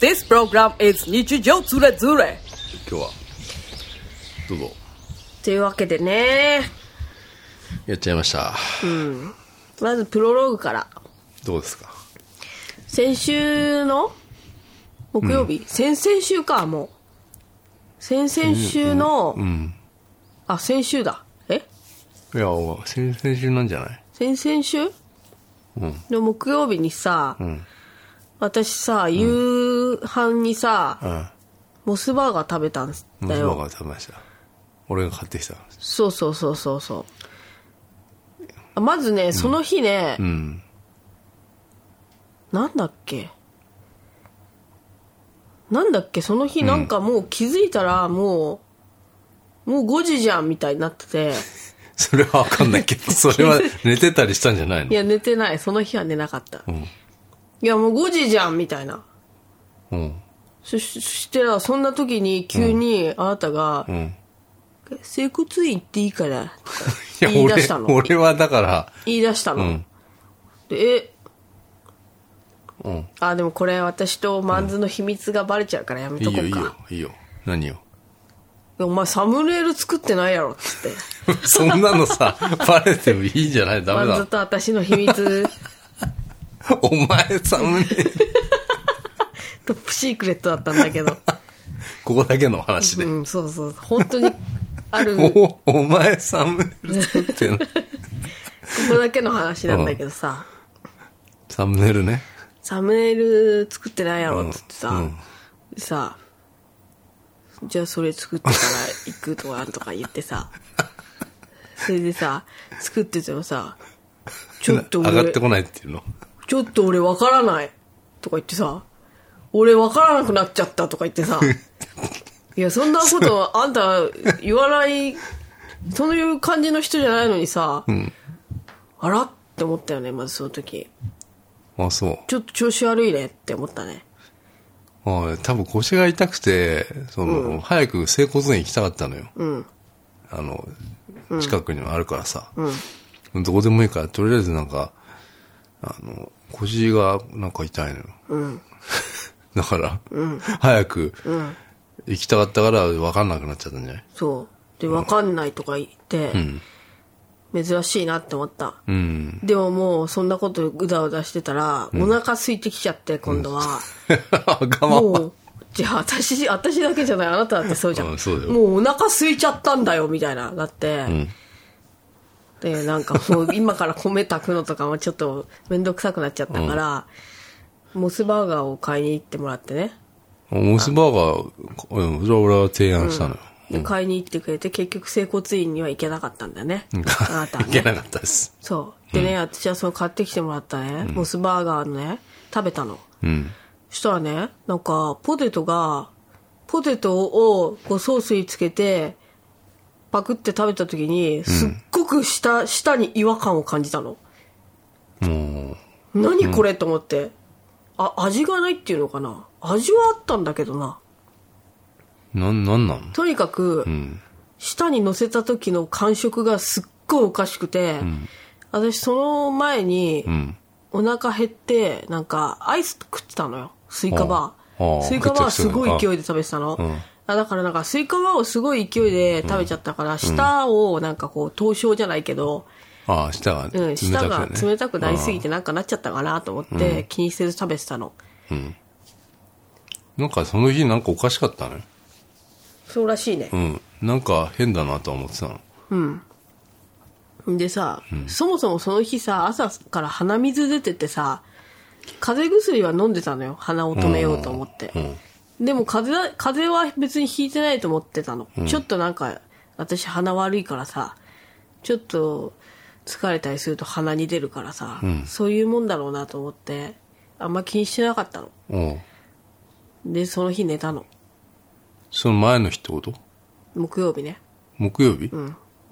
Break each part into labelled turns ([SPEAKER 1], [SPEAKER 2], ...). [SPEAKER 1] This program is 日常ズレズレ
[SPEAKER 2] 今日はどうぞ
[SPEAKER 1] というわけでね
[SPEAKER 2] やっちゃいました
[SPEAKER 1] まずプロローグから
[SPEAKER 2] どうですか
[SPEAKER 1] 先週の木曜日、先々週かもう先々週の、あ先週だえ
[SPEAKER 2] いや先々週なんじゃない
[SPEAKER 1] 先々週、
[SPEAKER 2] うん
[SPEAKER 1] の木曜日にさ、
[SPEAKER 2] ん
[SPEAKER 1] 私さ夕飯にさ、
[SPEAKER 2] うん
[SPEAKER 1] モスバーガー食べたんだ
[SPEAKER 2] 娘
[SPEAKER 1] よ
[SPEAKER 2] が食べました俺が買ってきた
[SPEAKER 1] そうそうそうそうそうあまずねその日ね、
[SPEAKER 2] うん
[SPEAKER 1] なんだっけなんだっけその日なんかもう気づいたらもう、もう5時じゃんみたいになってて。
[SPEAKER 2] それは分かんないけ どそれは寝てたりしたんじゃないの
[SPEAKER 1] いや寝てない。その日は寝なかった。
[SPEAKER 2] ん
[SPEAKER 1] いやもう5時じゃんみたいな。
[SPEAKER 2] うん
[SPEAKER 1] そしそしてらそんな時に急にあなたが、
[SPEAKER 2] うん
[SPEAKER 1] 整骨院行っていいから って
[SPEAKER 2] いや
[SPEAKER 1] 言い出
[SPEAKER 2] 俺
[SPEAKER 1] したの。
[SPEAKER 2] 俺はだから
[SPEAKER 1] 言い出したの。
[SPEAKER 2] うん
[SPEAKER 1] で、え、
[SPEAKER 2] うん
[SPEAKER 1] あ、でもこれ私とマンズの秘密がバレちゃうからやめ
[SPEAKER 2] い
[SPEAKER 1] と
[SPEAKER 2] い
[SPEAKER 1] こうか。
[SPEAKER 2] よいいよいいよ何よ
[SPEAKER 1] お前サムネイル作ってないやろっつって。
[SPEAKER 2] そんなのさバレてもいいんじゃないダ
[SPEAKER 1] マ
[SPEAKER 2] メ
[SPEAKER 1] ンズ
[SPEAKER 2] だ
[SPEAKER 1] と私の秘密、
[SPEAKER 2] お前サムネイル
[SPEAKER 1] トップシークレットだったんだ けど。
[SPEAKER 2] ここだけの話で
[SPEAKER 1] うん、そうそう。本当にある、こ
[SPEAKER 2] おお前サムネイル作っ てんの
[SPEAKER 1] こだけの話なんだけどさ、
[SPEAKER 2] サムネイルね
[SPEAKER 1] サムネイル作ってないやろっつってさ、
[SPEAKER 2] うん
[SPEAKER 1] でさ、じゃあそれ作ってから行くとかなんとか言ってさ、それでさ、作っててもさ、ちょっと
[SPEAKER 2] 上がっ
[SPEAKER 1] 俺
[SPEAKER 2] て、こないっていうの
[SPEAKER 1] ちょっと俺わからないとか言ってさ、俺わからなくなっちゃったとか言ってさ、いや、そんなことあんた言わない、そういう感じの人じゃないのにさ、あらって思ったよね、まずその時。
[SPEAKER 2] あ、そう。
[SPEAKER 1] ちょっと調子悪いねって思ったね。
[SPEAKER 2] あ多分腰が痛くて、その、早く整骨院行きたかったのよ。あの、近くにもあるからさ。どこでもいいから、とりあえずなんか、あの、腰がなんか痛いのよ。 だから、早く、行きたかったから分かんなくなっちゃったんじゃない
[SPEAKER 1] そう。で、わかんないとか言って、珍しいなって思った。
[SPEAKER 2] うん。
[SPEAKER 1] でももう、そんなことうだうだしてたら、お腹空いてきちゃって、今度は。
[SPEAKER 2] 我慢
[SPEAKER 1] も
[SPEAKER 2] は。
[SPEAKER 1] う、じゃあ私、私だけじゃない、あなただってそうじゃ。
[SPEAKER 2] うんんそうだよ
[SPEAKER 1] もうお腹空いちゃったんだよ、みたいな。だって、で、なんかもう今から米炊くのとかもちょっとめんどくさくなっちゃったから、モスバーガーを買いに行ってもらってね。
[SPEAKER 2] モスバーガー、うん、それは俺は提案したのよ。
[SPEAKER 1] で買いに行ってくれて、結局整骨院には行けなかったんだよね。あなた は
[SPEAKER 2] い
[SPEAKER 1] ね
[SPEAKER 2] けなかったです。
[SPEAKER 1] そう。でね、私はその買ってきてもらったね、モスバーガーのね、食べたの。
[SPEAKER 2] うん。
[SPEAKER 1] そしたらね、なんか、ポテトが、ポテトをこうソースにつけて、パクって食べた時に、すっごく舌、舌に違和感を感じたの。
[SPEAKER 2] もう、
[SPEAKER 1] 何これと思って。あ、味がないっていうのかな味はあったんだけどな。
[SPEAKER 2] なん、なんなの
[SPEAKER 1] とにかく、
[SPEAKER 2] うん。
[SPEAKER 1] 舌に乗せた時の感触がすっごいおかしくて、私その前に
[SPEAKER 2] う、ん。
[SPEAKER 1] お腹減って、なんか、アイス食ってたのよ。スイカバ
[SPEAKER 2] あ
[SPEAKER 1] ー。
[SPEAKER 2] あ
[SPEAKER 1] スイカバーすごい勢
[SPEAKER 2] 食
[SPEAKER 1] いで食べてたの
[SPEAKER 2] ん。
[SPEAKER 1] あだからなんか、スイカバーをすごい勢いで食べちゃったから、舌をなんかこう、凍傷じゃないけど、
[SPEAKER 2] ああ、舌が冷たく、
[SPEAKER 1] う
[SPEAKER 2] ね
[SPEAKER 1] ん、舌が冷たくなりすぎてなんかなっちゃったかなと思って、気にせず食べてたの。
[SPEAKER 2] なんかその日なんかおかしかったね。
[SPEAKER 1] そうらしいね
[SPEAKER 2] う。ん。なんか変だなとは思ってたの。
[SPEAKER 1] でさ、そもそもその日さ、朝から鼻水出ててさ、風邪薬は飲んでたのよ。鼻を止めようと思って。でも風邪は、風邪は別に引いてないと思ってたの。ちょっとなんか、私鼻悪いからさ、ちょっと疲れたりすると鼻に出るからさ、そういうもんだろうなと思って、あんま気にしてなかったの。
[SPEAKER 2] うん。
[SPEAKER 1] で、その日寝たの。
[SPEAKER 2] その前の日ってこと
[SPEAKER 1] 木曜日ね。
[SPEAKER 2] 木曜日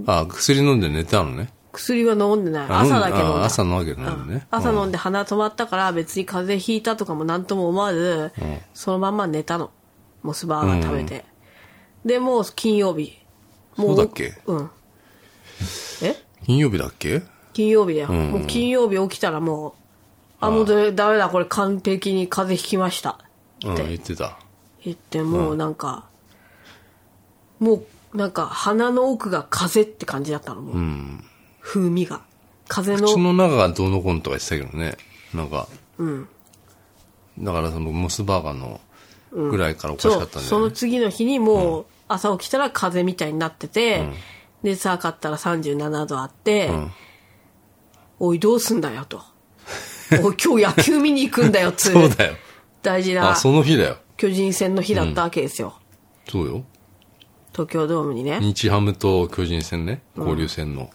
[SPEAKER 2] ああ、薬飲んで寝たのね。
[SPEAKER 1] 薬は飲んでない。
[SPEAKER 2] あ
[SPEAKER 1] 朝だけ飲ん
[SPEAKER 2] ああ
[SPEAKER 1] だ。
[SPEAKER 2] 朝のわけなんでね。
[SPEAKER 1] 朝飲んで鼻止まったから別に風邪ひいたとかも何とも思わず、そのまんま寝たの。モスバーガー食べて。で、もう金曜日。も
[SPEAKER 2] そうだっけ
[SPEAKER 1] うん。え
[SPEAKER 2] 金曜日だっけ
[SPEAKER 1] 金曜日だよ。もう金曜日起きたらもう、あ、もうだだめだ、これ完璧に風邪ひきました。
[SPEAKER 2] うん、
[SPEAKER 1] て
[SPEAKER 2] 言ってた。
[SPEAKER 1] 言ってもうなんか、もうなんか鼻の奥が風って感じだったのもう、
[SPEAKER 2] うん。
[SPEAKER 1] 風味が風の
[SPEAKER 2] 口の中がどうのこうのとか言ってたけどね。なんか。だからそのモスバーガーのぐらいからおかしか
[SPEAKER 1] そ
[SPEAKER 2] っ
[SPEAKER 1] う
[SPEAKER 2] たんだ
[SPEAKER 1] そ
[SPEAKER 2] よ
[SPEAKER 1] の
[SPEAKER 2] ね。
[SPEAKER 1] 次の日にもう朝起きたら風邪みたいになってて、でさあ買ったら37度あって、
[SPEAKER 2] ん
[SPEAKER 1] おいどうすんだよと おい今日野球見に行くんだよっつう
[SPEAKER 2] そうだよ。
[SPEAKER 1] 大事
[SPEAKER 2] あ、
[SPEAKER 1] な
[SPEAKER 2] その日だよ。
[SPEAKER 1] 巨人戦の日だったわけですよ、
[SPEAKER 2] そうよ。
[SPEAKER 1] 東京ドームにね
[SPEAKER 2] 日ハムと巨人戦ね。交流戦の。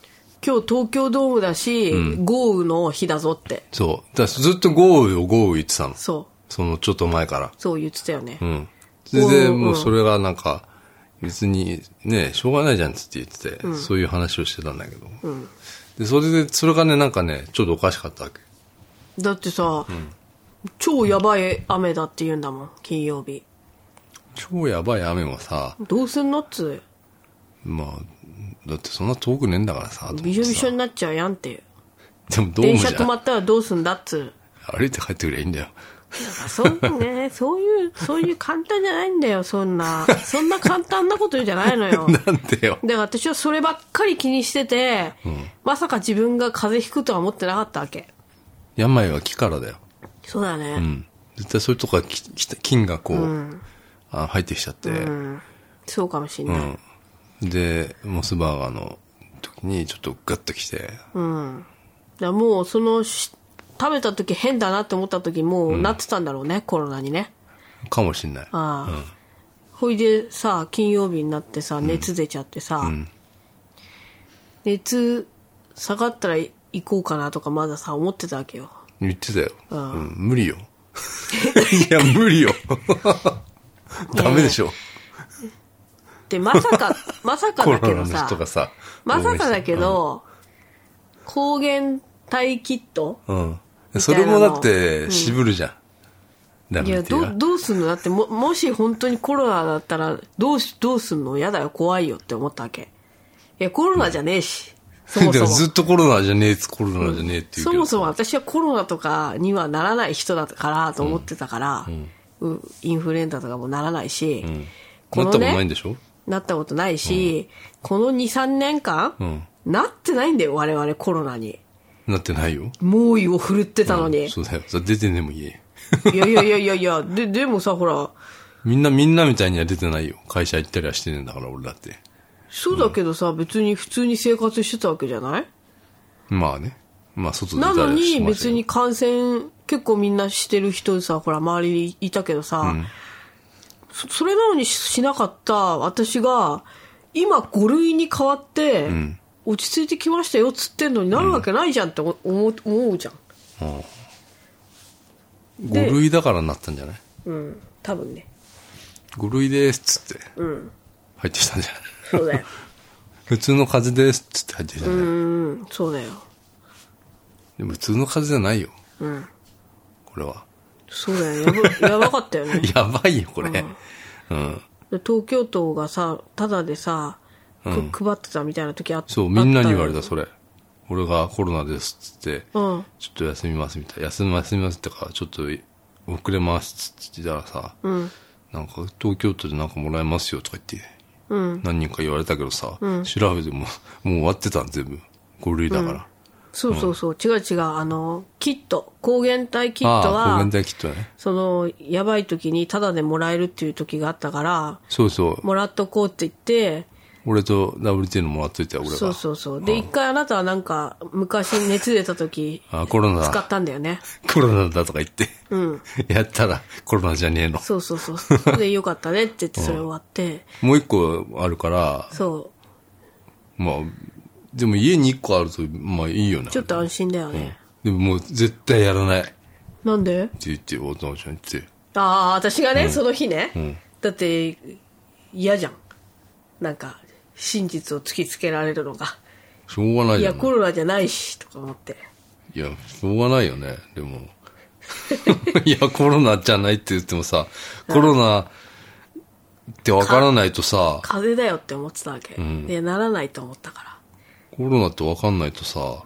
[SPEAKER 1] 今日東京ドームだし、豪雨の日だぞって
[SPEAKER 2] そう。だからずっと豪雨を豪雨言ってたの。
[SPEAKER 1] そ
[SPEAKER 2] そのちょっと前から。
[SPEAKER 1] うそう言ってたよね、
[SPEAKER 2] うん。それで、
[SPEAKER 1] うん
[SPEAKER 2] もうそれがなんか、別にね、しょうがないじゃんっつって言ってて、そういう話をしてたんだけど。で、それで、それがね、なんかね、ちょっとおかしかったわけ。
[SPEAKER 1] だってさ、超やばい雨だって言うんだもん金曜日
[SPEAKER 2] 超やばい雨もさ、
[SPEAKER 1] どうすんのっつう
[SPEAKER 2] まあ、だってそんな遠くねえんだからさ、と思ってさ
[SPEAKER 1] びしょびしょになっちゃうやんっていう
[SPEAKER 2] でもドーム
[SPEAKER 1] 電
[SPEAKER 2] じ
[SPEAKER 1] 車
[SPEAKER 2] ゃ
[SPEAKER 1] 止ま
[SPEAKER 2] ん。
[SPEAKER 1] ったらどうすんだっつう
[SPEAKER 2] 歩いて帰ってくりゃいいんだよ。
[SPEAKER 1] そういう ねそういうそういう簡単じゃないんだよそんなそんな簡単なこと言うんじゃ ないのよ
[SPEAKER 2] なんでよ。
[SPEAKER 1] だから私はそればっかり気にしてて、まさか自分が風邪ひくとは思ってなかったわけ
[SPEAKER 2] 病は木からだよ。
[SPEAKER 1] そうだね、
[SPEAKER 2] うん。絶対そういうとこがききた菌がこう、あ入ってきちゃって、
[SPEAKER 1] そうかもしんない、
[SPEAKER 2] うん。で、モスバーガーの時にちょっとガッと来て、
[SPEAKER 1] だからもうそのし食べた時変だなって思った時もうなってたんだろうね、コロナにね
[SPEAKER 2] かもしんない。
[SPEAKER 1] ああ、ほいでさ金曜日になってさ熱出ちゃってさ、熱下がったらい行こうかなとかまださ思ってたわけよ
[SPEAKER 2] 言ってたよ。うん、無理よ。 いや、無 理よ。ダメでしょ。
[SPEAKER 1] でまさ かまさか
[SPEAKER 2] コ
[SPEAKER 1] だ
[SPEAKER 2] ロ
[SPEAKER 1] け
[SPEAKER 2] ナ
[SPEAKER 1] ど
[SPEAKER 2] の
[SPEAKER 1] さ
[SPEAKER 2] 人がさ。
[SPEAKER 1] まさかだけど、抗原体キット
[SPEAKER 2] うん。うん。それもだって、渋るじゃん。ダ
[SPEAKER 1] い
[SPEAKER 2] メ
[SPEAKER 1] や
[SPEAKER 2] っていう
[SPEAKER 1] ど
[SPEAKER 2] か。
[SPEAKER 1] どうすんのだってももし本当にコロナだったらどうしどうすんの嫌だよ怖いよって思ったわけいやコロナじゃねえし、そも
[SPEAKER 2] で
[SPEAKER 1] そ
[SPEAKER 2] も
[SPEAKER 1] も
[SPEAKER 2] ずっとコロナじゃねえ、コロナじゃねえっていうけど
[SPEAKER 1] そもそも私はコロナとかにはならない人だからと思ってたから、うインフルエンザとかもならないし、
[SPEAKER 2] なったことないんでしょ
[SPEAKER 1] なったことないし、この2、3年間、
[SPEAKER 2] ん
[SPEAKER 1] なってないんだよ、我々コロナに。
[SPEAKER 2] なってないよ。
[SPEAKER 1] 猛威を振るってたのに。
[SPEAKER 2] そうだよ。さ出てねえも言えよ。
[SPEAKER 1] いやいやいやいやいや、で、でもさ、ほら、
[SPEAKER 2] みんな、みんなみたいには出てないよ。会社行ったりはしてねえんだから、俺だって。
[SPEAKER 1] そうだけどさ、別に普通に生活してたわけじゃない
[SPEAKER 2] まあね。まあ、外出た
[SPEAKER 1] な
[SPEAKER 2] りは
[SPEAKER 1] の
[SPEAKER 2] して
[SPEAKER 1] に
[SPEAKER 2] ました
[SPEAKER 1] 別
[SPEAKER 2] よ
[SPEAKER 1] に感染結構みんなしてる人さほら周りにいたけどさ、そそれなのにししなかった私が今5類に変わって、落ち着いてきましたよっつってんのになるわけないじゃんって思思う思うじゃんで
[SPEAKER 2] 5類だからなったんじゃない
[SPEAKER 1] うん多分ね
[SPEAKER 2] ?5 類ですっつって。入ってきたんじゃない
[SPEAKER 1] そうだよ
[SPEAKER 2] 普通の風邪ですっつって入ってきたんじゃない
[SPEAKER 1] うんそうだよ
[SPEAKER 2] でも普通の風邪じゃないよ。これは。
[SPEAKER 1] そうだよやばやばかったよ ね
[SPEAKER 2] やばいよ、これ。うん。
[SPEAKER 1] で東京都がさただでさ、く配ってたみたいな時あった
[SPEAKER 2] そう、みんなに言われ
[SPEAKER 1] あっ
[SPEAKER 2] た、
[SPEAKER 1] たよ
[SPEAKER 2] それ。俺がコロナですっつって、ち
[SPEAKER 1] う
[SPEAKER 2] ょ
[SPEAKER 1] ん
[SPEAKER 2] っと休みますみたいな。休み休みますってか、ちょっと遅れますっつって言ったらさ、なんか東京都でなんかもらえますよとか言って、何人か言われたけどさ、調べても、もう終わってたん全部。5類だから。
[SPEAKER 1] そうそうそう、違う違う、あの、キット、抗原体キ
[SPEAKER 2] あ
[SPEAKER 1] ッ
[SPEAKER 2] あ、
[SPEAKER 1] ト
[SPEAKER 2] 抗
[SPEAKER 1] は
[SPEAKER 2] 原、体キットね。
[SPEAKER 1] その、やばい時にタダでもらえるっていう時があったから、
[SPEAKER 2] そうそう。
[SPEAKER 1] もらっとこうって言って、
[SPEAKER 2] 俺と WT のもらっといたよ、俺が。
[SPEAKER 1] そうそうそう。で、一回あなたはなんか、昔熱出た時、
[SPEAKER 2] あコロナ
[SPEAKER 1] 使
[SPEAKER 2] だ
[SPEAKER 1] っ。たんだよね。
[SPEAKER 2] コロナだとか言って。 やったらコロナじゃねえの。
[SPEAKER 1] そうそう そう。で、よかったねって言って、それ終わって、
[SPEAKER 2] もう一個あるから、
[SPEAKER 1] そ
[SPEAKER 2] まあ、でも家に一個あると、まあいいよな
[SPEAKER 1] う、。ちょっと安心だよね。
[SPEAKER 2] でももう絶対やらないって
[SPEAKER 1] なんで
[SPEAKER 2] 言って、お父ちゃん言って。
[SPEAKER 1] ああ、私がね、その日ね、だって、嫌じゃん。なんか、真実を突きつけられるのが。
[SPEAKER 2] しょうがない
[SPEAKER 1] い
[SPEAKER 2] じゃ
[SPEAKER 1] や、
[SPEAKER 2] ん。
[SPEAKER 1] コロナじゃないし、とか思って。
[SPEAKER 2] いや、しょうがないよね、でも。 いや、コロナじゃないって言ってもさ、コロナってわからないとさ、
[SPEAKER 1] 風邪だよって思ってたわけ、でならないと思ったか
[SPEAKER 2] コロナってわかんないとさ、ほ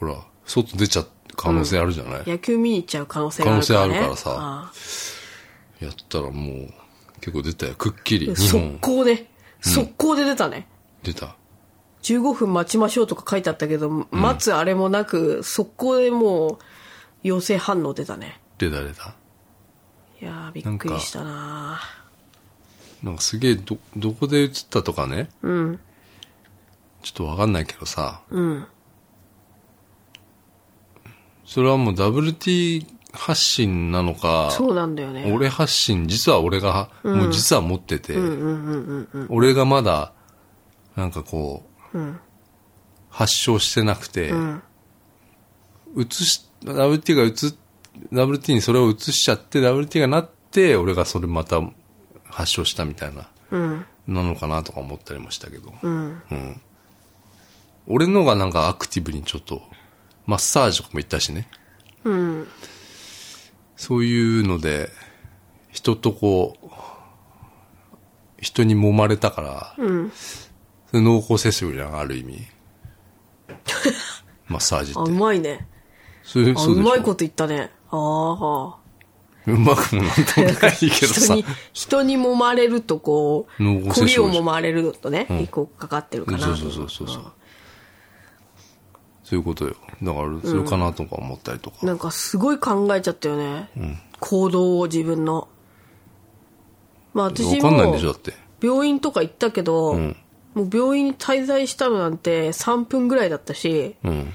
[SPEAKER 2] ら、外出ちゃう可能性あるじゃない、
[SPEAKER 1] ら野球見に行っちゃう可能性があるから,、ね、
[SPEAKER 2] 可能性あるからさ
[SPEAKER 1] ああ
[SPEAKER 2] やったらもう、結構出たよ。くっきり。2
[SPEAKER 1] 速
[SPEAKER 2] 本
[SPEAKER 1] 攻で、速攻で出たね。
[SPEAKER 2] 出た。
[SPEAKER 1] 15分待ちましょうとか書いてあったけど、待つあれもなく、速攻でもう、陽性反応出たね。
[SPEAKER 2] 出た出た。
[SPEAKER 1] いやー、びっくりしたな
[SPEAKER 2] なんかすげえ、ど、どこで映ったとかね。
[SPEAKER 1] うん。
[SPEAKER 2] ちょっとわかんないけどさ。
[SPEAKER 1] うん。
[SPEAKER 2] それはもう WT 発信なのか、
[SPEAKER 1] そうなんだよね。
[SPEAKER 2] 俺発信、実は俺が、もう実は持ってて、俺がまだ、なんかこう、
[SPEAKER 1] うん
[SPEAKER 2] 発症してなくて、うんし、WT がうつ、WT にそれを移しちゃって、WT がなって、俺がそれまた発症したみたいな、
[SPEAKER 1] うん。
[SPEAKER 2] なのかなとか思ったりもしたけど、
[SPEAKER 1] うん。
[SPEAKER 2] 俺のがなんかアクティブにちょっと、マッサージとかも行ったしね。
[SPEAKER 1] うん。
[SPEAKER 2] そういうので、人とこう、人に揉まれたから、
[SPEAKER 1] ん
[SPEAKER 2] それ濃厚接触じゃん、ある意 味。マッサージっ
[SPEAKER 1] あ、
[SPEAKER 2] て
[SPEAKER 1] う。まいね。
[SPEAKER 2] そういう、
[SPEAKER 1] あ、
[SPEAKER 2] そううでし
[SPEAKER 1] まい
[SPEAKER 2] ょ
[SPEAKER 1] こと言ったね。ああ。
[SPEAKER 2] うまくもなんともないけ ど
[SPEAKER 1] 人
[SPEAKER 2] さ
[SPEAKER 1] に。、人に揉まれるとこう、
[SPEAKER 2] 脳合成症
[SPEAKER 1] 媚びを揉まれるのとね、
[SPEAKER 2] ん
[SPEAKER 1] 一個かかってるか
[SPEAKER 2] そう
[SPEAKER 1] な。
[SPEAKER 2] そうそうそうそう。そういうことよ。だから、それかなとか思ったりとか。
[SPEAKER 1] なんかすごい考えちゃったよね。行動を自分の。まあ私
[SPEAKER 2] わかんないんでしょ、
[SPEAKER 1] も
[SPEAKER 2] だって。
[SPEAKER 1] 病院とか行ったけど、
[SPEAKER 2] ん
[SPEAKER 1] もう病院に滞在したのなんて3分ぐらいだったし、
[SPEAKER 2] うん。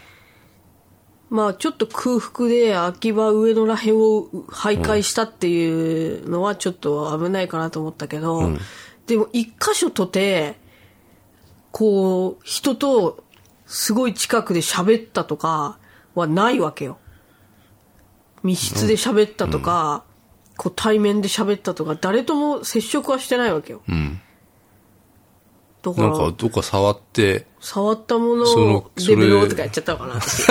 [SPEAKER 1] まあちょっと空腹で秋葉上野ら辺を徘徊したっていうのはちょっと危ないかなと思ったけど、でも一箇所とて、こう、人とすごい近くで喋ったとかはないわけよ。密室で喋ったとか、こう対面で喋ったとか、誰とも接触はしてないわけよ。
[SPEAKER 2] ん
[SPEAKER 1] だか
[SPEAKER 2] な
[SPEAKER 1] ら、
[SPEAKER 2] んか、どっか触って、
[SPEAKER 1] 触ったもの
[SPEAKER 2] その
[SPEAKER 1] を
[SPEAKER 2] それ
[SPEAKER 1] レベルをとかやっちゃったのかな、私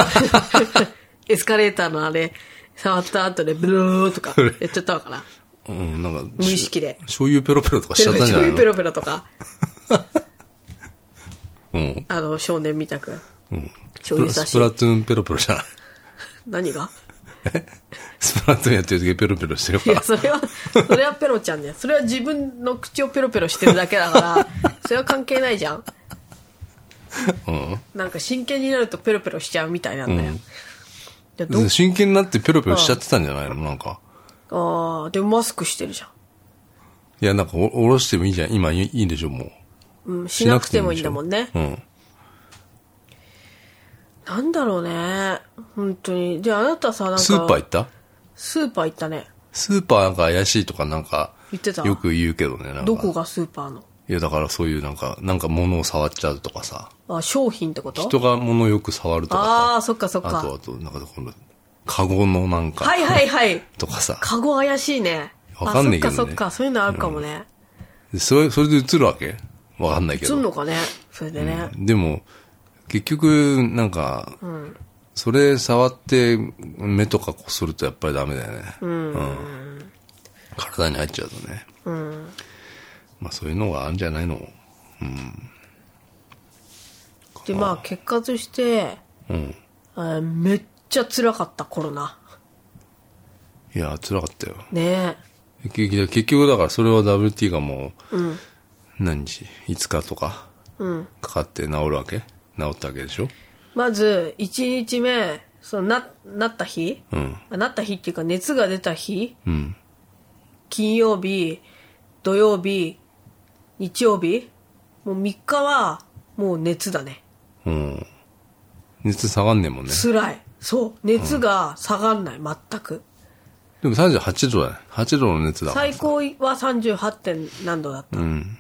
[SPEAKER 1] エスカレーターのあれ、触った後でブルーとかやっちゃったのかな。
[SPEAKER 2] うん、なんか、
[SPEAKER 1] 無意識で。
[SPEAKER 2] 醤油ペロペロとか
[SPEAKER 1] ペ
[SPEAKER 2] しちゃ
[SPEAKER 1] ロペロ、
[SPEAKER 2] ったんじゃ
[SPEAKER 1] 醤
[SPEAKER 2] ない
[SPEAKER 1] 油
[SPEAKER 2] の
[SPEAKER 1] ペロペロとか、
[SPEAKER 2] うん。
[SPEAKER 1] あの、少年みたく。
[SPEAKER 2] うん。
[SPEAKER 1] 醤油差
[SPEAKER 2] スプラ
[SPEAKER 1] し
[SPEAKER 2] スプラトゥーンペロペロじゃない。
[SPEAKER 1] 何が
[SPEAKER 2] スプラトゥーンやってる時ペロペロしてる
[SPEAKER 1] い
[SPEAKER 2] か
[SPEAKER 1] や、
[SPEAKER 2] ら。
[SPEAKER 1] それは、それはペロちゃんね。それは自分の口をペロペロしてるだけだから、それは関係ないじゃん。
[SPEAKER 2] う
[SPEAKER 1] なんか真剣になるとペロペロしちゃうみたいなんだよ。いやど
[SPEAKER 2] ん。真剣になってペロペロしちゃってたんじゃないのなんか。
[SPEAKER 1] ああ、でもマスクしてるじゃん。
[SPEAKER 2] いや、なんかお、おろしてもいいじゃん。今いいいいでしょ、もう。
[SPEAKER 1] うん、しなくてもいいんだもんね。
[SPEAKER 2] うん。
[SPEAKER 1] なんだろうね。本当に。で、あなたさ、なんか。
[SPEAKER 2] スーパー行った
[SPEAKER 1] スーパー行ったね。
[SPEAKER 2] スーパーなんか怪しいとかなんか、
[SPEAKER 1] 言ってた
[SPEAKER 2] よく言うけどね。なんか
[SPEAKER 1] どこがスーパーの
[SPEAKER 2] いや、だからそういうなんか、なんか物を触っちゃうとかさ。
[SPEAKER 1] あ、商品ってこと
[SPEAKER 2] 人が物をよく触るとか
[SPEAKER 1] ああ、そっかそっ
[SPEAKER 2] さ。あと、
[SPEAKER 1] か
[SPEAKER 2] あ。と、なんかこの、カゴのなんか、
[SPEAKER 1] はいはいはい。
[SPEAKER 2] とかさ。
[SPEAKER 1] カゴ怪しいね。
[SPEAKER 2] わかんないけどね
[SPEAKER 1] あ、そっかそっか。そういうのあるかもね。
[SPEAKER 2] それ、それで映るわけわかんないけ
[SPEAKER 1] す、
[SPEAKER 2] ど。
[SPEAKER 1] んのかねそれでね。
[SPEAKER 2] でも、結局、なんか、それ触って目とかこするとやっぱりダメだよね。うん体に入っちゃうとね。まあそういうのがあるんじゃないの
[SPEAKER 1] で、まあ、結果として、
[SPEAKER 2] うん。
[SPEAKER 1] あめっちゃ辛かった、コロナ。
[SPEAKER 2] いや、辛かったよ。
[SPEAKER 1] ね
[SPEAKER 2] 結局結局だからそれは WT がもう、
[SPEAKER 1] うん
[SPEAKER 2] 何日 ?5 日とか
[SPEAKER 1] え。うん。
[SPEAKER 2] かかって治るわけ治ったわけでしょ
[SPEAKER 1] まず、1日目、そのな、なった日、
[SPEAKER 2] うん。
[SPEAKER 1] あなった日っていうか、熱が出た日
[SPEAKER 2] うん。
[SPEAKER 1] 金曜日、土曜日、日曜日、もう3日はもう熱だね。
[SPEAKER 2] うん。熱下がんねえもんね。
[SPEAKER 1] 辛い。そう。熱が下がんない、全く。
[SPEAKER 2] でも38度だね。8度の熱だから
[SPEAKER 1] 最高は38点何度だった。
[SPEAKER 2] ん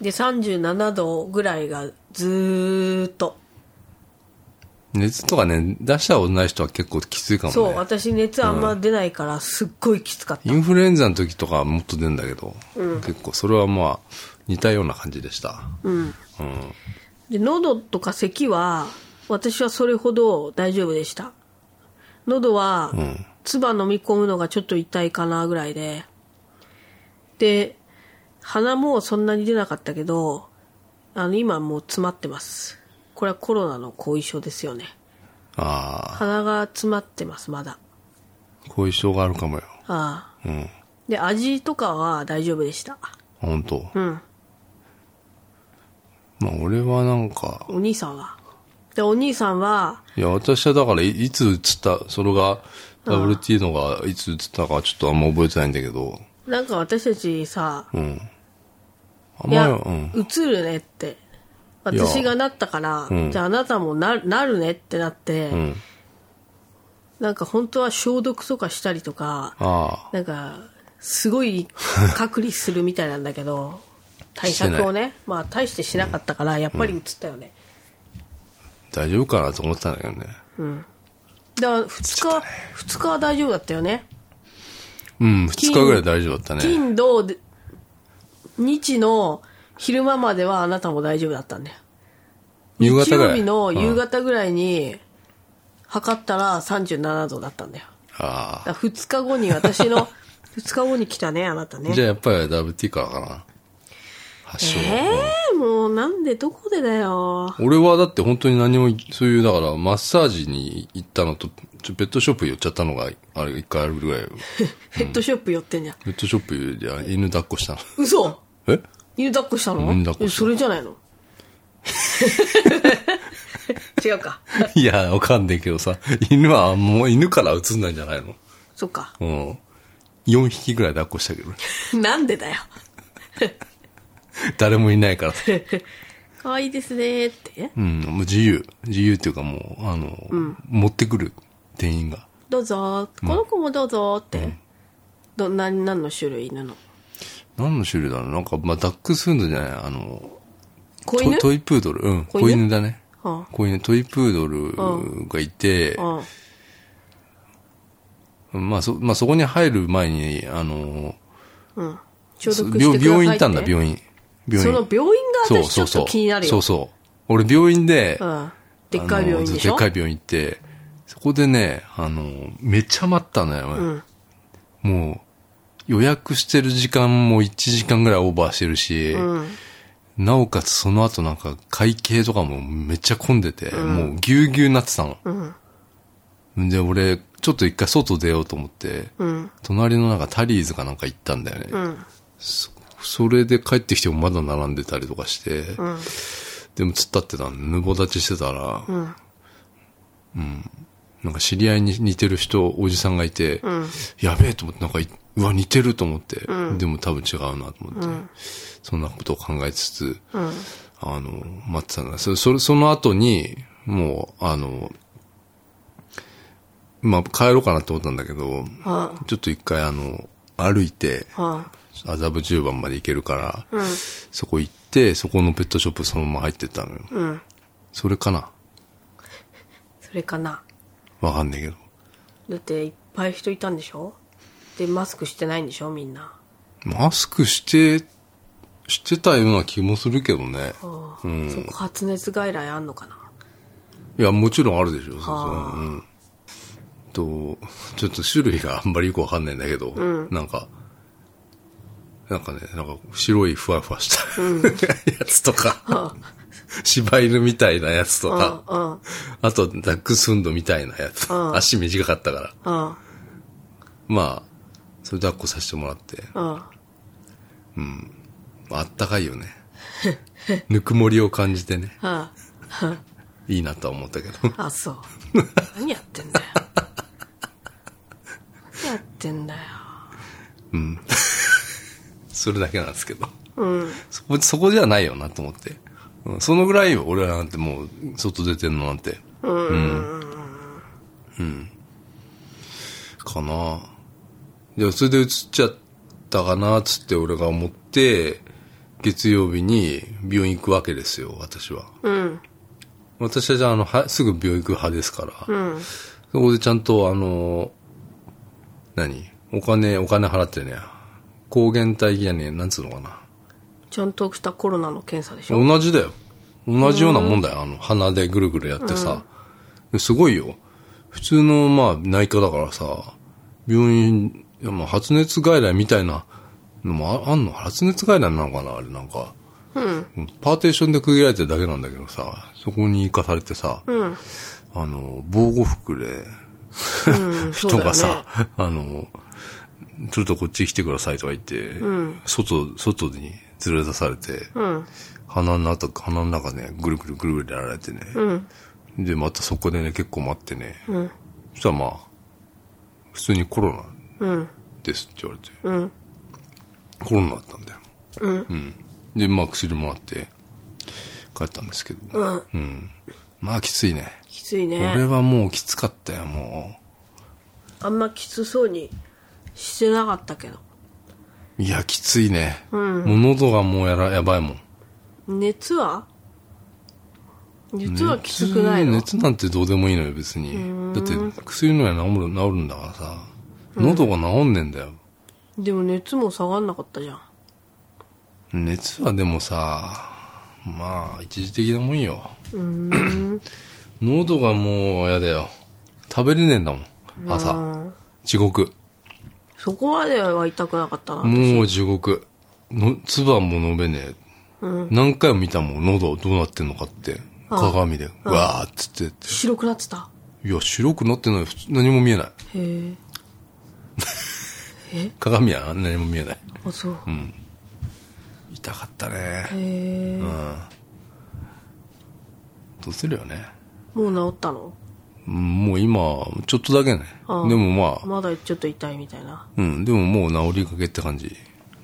[SPEAKER 1] で、37度ぐらいがずーっと。
[SPEAKER 2] 熱とかね、出したことない人は結構きついかもね。
[SPEAKER 1] そう、私熱あんま出ないから、すっごいきつかった。
[SPEAKER 2] インフルエンザの時とかはもっと出るんだけど、結構それはまあ、似たような感じでした。
[SPEAKER 1] で、喉とか咳は、私はそれほど大丈夫でした。喉は、
[SPEAKER 2] ん
[SPEAKER 1] 唾飲み込むのがちょっと痛いかなぐらいで、で、鼻もそんなに出なかったけど、あの、今もう詰まってます。これはコロナの後遺症ですよね。
[SPEAKER 2] ああ、
[SPEAKER 1] 鼻が詰まってます、まだ。
[SPEAKER 2] 後遺症があるかもよ。
[SPEAKER 1] ああ。
[SPEAKER 2] うん。
[SPEAKER 1] で、味とかは大丈夫でした。
[SPEAKER 2] 本当。
[SPEAKER 1] うん。
[SPEAKER 2] まあ俺はなんか、
[SPEAKER 1] お兄さんは。で、お兄さんは、
[SPEAKER 2] いや、私はだからい、いつ映った、それが、WT のがいつ映ったかちょっとあんま覚えてないんだけど、
[SPEAKER 1] なんか私たちさ、
[SPEAKER 2] うん。あん
[SPEAKER 1] い
[SPEAKER 2] ま
[SPEAKER 1] や
[SPEAKER 2] り、うん、。
[SPEAKER 1] 映るねって。
[SPEAKER 2] いや
[SPEAKER 1] 私がなったから、
[SPEAKER 2] うん
[SPEAKER 1] じゃああなたもななるねってなって、
[SPEAKER 2] うん。
[SPEAKER 1] なんか本当は消毒とかしたりとか、
[SPEAKER 2] あ
[SPEAKER 1] なんか、すごい隔離するみたいなんだけ ど、対策をね、まあ大してしなかったから、やっぱり映ったよね。
[SPEAKER 2] あ、大丈夫かなと思ってたんだけどね。
[SPEAKER 1] だから2日、2日は大丈夫だったよね。
[SPEAKER 2] うん、二日ぐらい大丈夫だったね。
[SPEAKER 1] 金、土、で日の昼間まではあなたも大丈夫だったんだよ。
[SPEAKER 2] 夕方ぐ
[SPEAKER 1] 日曜
[SPEAKER 2] らい。
[SPEAKER 1] 日の夕
[SPEAKER 2] うん
[SPEAKER 1] 方ぐらいに測ったら37度だったんだよ。
[SPEAKER 2] ああ。
[SPEAKER 1] だ2日後に私 の、2日後に来たね、あなたね。
[SPEAKER 2] じゃあやっぱり WT からかな。発
[SPEAKER 1] え
[SPEAKER 2] 祥は。
[SPEAKER 1] えー、もうなんでどこでだよ。
[SPEAKER 2] うん俺はだって本当に何も、そういう、だから、マッサージに行ったのと、ちょペットショップ寄っちゃったのが、あれ、一回あるぐらい。
[SPEAKER 1] ペットショップ寄ってんじゃん。
[SPEAKER 2] ペットショップで犬抱っこしたの。
[SPEAKER 1] 嘘
[SPEAKER 2] え
[SPEAKER 1] 犬抱っこしたの
[SPEAKER 2] 犬抱っこした
[SPEAKER 1] えそれじゃないの 違うか。
[SPEAKER 2] いや、わかんないけどさ、犬はもう犬から移んないんじゃないの
[SPEAKER 1] そっか。
[SPEAKER 2] うん。4匹ぐらい抱っこしたけどね、
[SPEAKER 1] なんでだよ。
[SPEAKER 2] 誰も いないからさ。
[SPEAKER 1] 可愛いですねーって。
[SPEAKER 2] うん、もう自由。自由っていうかもう、あの、持ってくる、店員が。
[SPEAKER 1] どうぞー、この子もどうぞーって。どんな、何の種類犬の
[SPEAKER 2] 何の種類だろうなんか、まあ、ダックスフンドじゃないあの、
[SPEAKER 1] 子犬
[SPEAKER 2] トトイプードル。うん、
[SPEAKER 1] 子
[SPEAKER 2] 子
[SPEAKER 1] 犬
[SPEAKER 2] 犬だね。
[SPEAKER 1] は
[SPEAKER 2] 子犬、トイプードルがいて
[SPEAKER 1] あ、うん。
[SPEAKER 2] まあそ、まあそこに入る前に、あの、
[SPEAKER 1] うん。消毒してくださいって。
[SPEAKER 2] 病病院行ったんだ、病院。病院。
[SPEAKER 1] その病院が私ちょっと気になるよ。
[SPEAKER 2] そうそう。俺病院で、
[SPEAKER 1] うん。でっかい病院でし
[SPEAKER 2] あ
[SPEAKER 1] ょ
[SPEAKER 2] のでっかい病院行って、そこでね、あの、めっちゃ待ったのよ。
[SPEAKER 1] うん。
[SPEAKER 2] もう、予約してる時間も1時間ぐらいオーバーしてるし、
[SPEAKER 1] うん。
[SPEAKER 2] なおかつその後なんか会計とかもめっちゃ混んでて、もうぎゅうぎゅうになってたの。
[SPEAKER 1] うん。
[SPEAKER 2] で、俺、ちょっと一回外出ようと思って、
[SPEAKER 1] うん。
[SPEAKER 2] 隣のなんかタリーズかなんか行ったんだよね。
[SPEAKER 1] うん。
[SPEAKER 2] そそれで帰ってきてもまだ並んでたりとかして、
[SPEAKER 1] ん
[SPEAKER 2] でも突っ立ってたの、ぬぼ立ちしてたら、
[SPEAKER 1] ん
[SPEAKER 2] うんなんか知り合いに似てる人、おじさんがいて、
[SPEAKER 1] ん
[SPEAKER 2] やべえと思って、なんかい、うわ、似てると思って、でも多分違うなと思って、そんなことを考えつつ、
[SPEAKER 1] うん。
[SPEAKER 2] あの、待ってたんだ。そそれ、その後に、もう、あの、まあ、帰ろうかなと思ったんだけど、
[SPEAKER 1] は
[SPEAKER 2] ちょっと一回あの、歩いて、
[SPEAKER 1] あ。は
[SPEAKER 2] 麻布十番まで行けるから、
[SPEAKER 1] あ。うん。
[SPEAKER 2] そこ行って、そこのペットショップそのまま入ってったのよ。
[SPEAKER 1] うん。
[SPEAKER 2] それかな
[SPEAKER 1] それかな。
[SPEAKER 2] わかんないけど。
[SPEAKER 1] だっていっぱい人いたんでしょで、マスクしてないんでしょみんな。
[SPEAKER 2] マスクして、してたような気もするけどね。
[SPEAKER 1] ああ
[SPEAKER 2] うん
[SPEAKER 1] そこ発熱外来あんのかな。
[SPEAKER 2] いや、もちろんあるでしょ。そ
[SPEAKER 1] あ
[SPEAKER 2] ううん。と、ちょっと種類があんまりよくわかんないんだけど、なんか、なんかね、なんか白いふわふわした、 やつとか、 柴犬みたいなやつとか、
[SPEAKER 1] うん。うん。
[SPEAKER 2] あとダックスフンドみたいなやつ、
[SPEAKER 1] うん
[SPEAKER 2] 足短かったから、
[SPEAKER 1] うん。
[SPEAKER 2] まあ、それ抱っこさせてもらって、
[SPEAKER 1] うん。
[SPEAKER 2] あったか いよね。ぬくもりを感じてね、
[SPEAKER 1] うん。
[SPEAKER 2] いいなとは思ったけど。
[SPEAKER 1] あ、そう。何やってんだよ。何やってんだよ。
[SPEAKER 2] それだけなんですけど。
[SPEAKER 1] うん。
[SPEAKER 2] そこ、そこじゃないよなと思って。うん、そのぐらいよ、俺らなんてもう、外出てんのなんて。
[SPEAKER 1] うん。
[SPEAKER 2] かなじゃあ、それで映っちゃったかな、つって俺が思って、月曜日に病院行くわけですよ、私は。
[SPEAKER 1] うん。
[SPEAKER 2] 私はじゃあ、あの、は、すぐ病院行く派ですから。
[SPEAKER 1] うん。
[SPEAKER 2] そこでちゃんと、あの、何お金、お金払ってね。抗原体じゃねえ、なんつうのかな。
[SPEAKER 1] ちゃんとしたコロナの検査でしょ
[SPEAKER 2] 同じだよ。同じようなもんだよ。あの、鼻でぐるぐるやってさ。ですごいよ。普通の、まあ、内科だからさ、病院、いやまあ、発熱外来みたいなのもああんの発熱外来なのかなあれなんか。
[SPEAKER 1] うん。
[SPEAKER 2] パーテーションで区切られてるだけなんだけどさ、そこに行かされてさ、
[SPEAKER 1] うん。
[SPEAKER 2] あの、防護服で、
[SPEAKER 1] うん。そうだよ
[SPEAKER 2] 人が
[SPEAKER 1] ね
[SPEAKER 2] さ、。あの、ちょっとこっち来てくださいとか言って、外、外に連れ出されて、鼻の中、鼻の中ね、ぐるぐるぐるぐるやられてね、で、またそこでね、結構待ってね、そしたらまあ、普通にコロナ
[SPEAKER 1] うん。
[SPEAKER 2] ですって言われて、
[SPEAKER 1] うん。
[SPEAKER 2] コロナだったんだよ。
[SPEAKER 1] うん。
[SPEAKER 2] で、まあ薬もらって帰ったんですけど、
[SPEAKER 1] うん。
[SPEAKER 2] まあきついね。
[SPEAKER 1] きつい
[SPEAKER 2] 俺
[SPEAKER 1] ね。
[SPEAKER 2] はもうきつかったよ、も
[SPEAKER 1] あんまきつそうにしてなかったけど。
[SPEAKER 2] う。いや、きついね。もう喉がもうやら、やばいもん。
[SPEAKER 1] 熱は熱はきつくないの
[SPEAKER 2] 熱なんてどうでもいいのよ、別に。だって薬のや治る、治るんだからさ。喉が治んねんだよ。
[SPEAKER 1] でも熱も下がんなかったじゃん。
[SPEAKER 2] 熱はでもさ、まあ、一時的なもんよ。喉がもうやだよ。食べれねえんだもん。朝。
[SPEAKER 1] うん
[SPEAKER 2] 地獄。
[SPEAKER 1] そこまでは痛くなかったな。
[SPEAKER 2] もう地獄。の、唾も飲べねえ。何回も見たもん、喉どうなってんのかって。鏡で、わーっつってって。
[SPEAKER 1] 白くなってた。
[SPEAKER 2] いや、白くなってない。普通何も見えない。
[SPEAKER 1] へえ。
[SPEAKER 2] 鏡は何も見えない。
[SPEAKER 1] あ、そう。
[SPEAKER 2] 痛かったね。
[SPEAKER 1] へえ。
[SPEAKER 2] どうするよね。
[SPEAKER 1] もう治ったの
[SPEAKER 2] うんもう今、ちょっとだけね。
[SPEAKER 1] ああ
[SPEAKER 2] でもまあ、
[SPEAKER 1] まだちょっと痛いみたいな。
[SPEAKER 2] うん、でももう治りかけって感じ。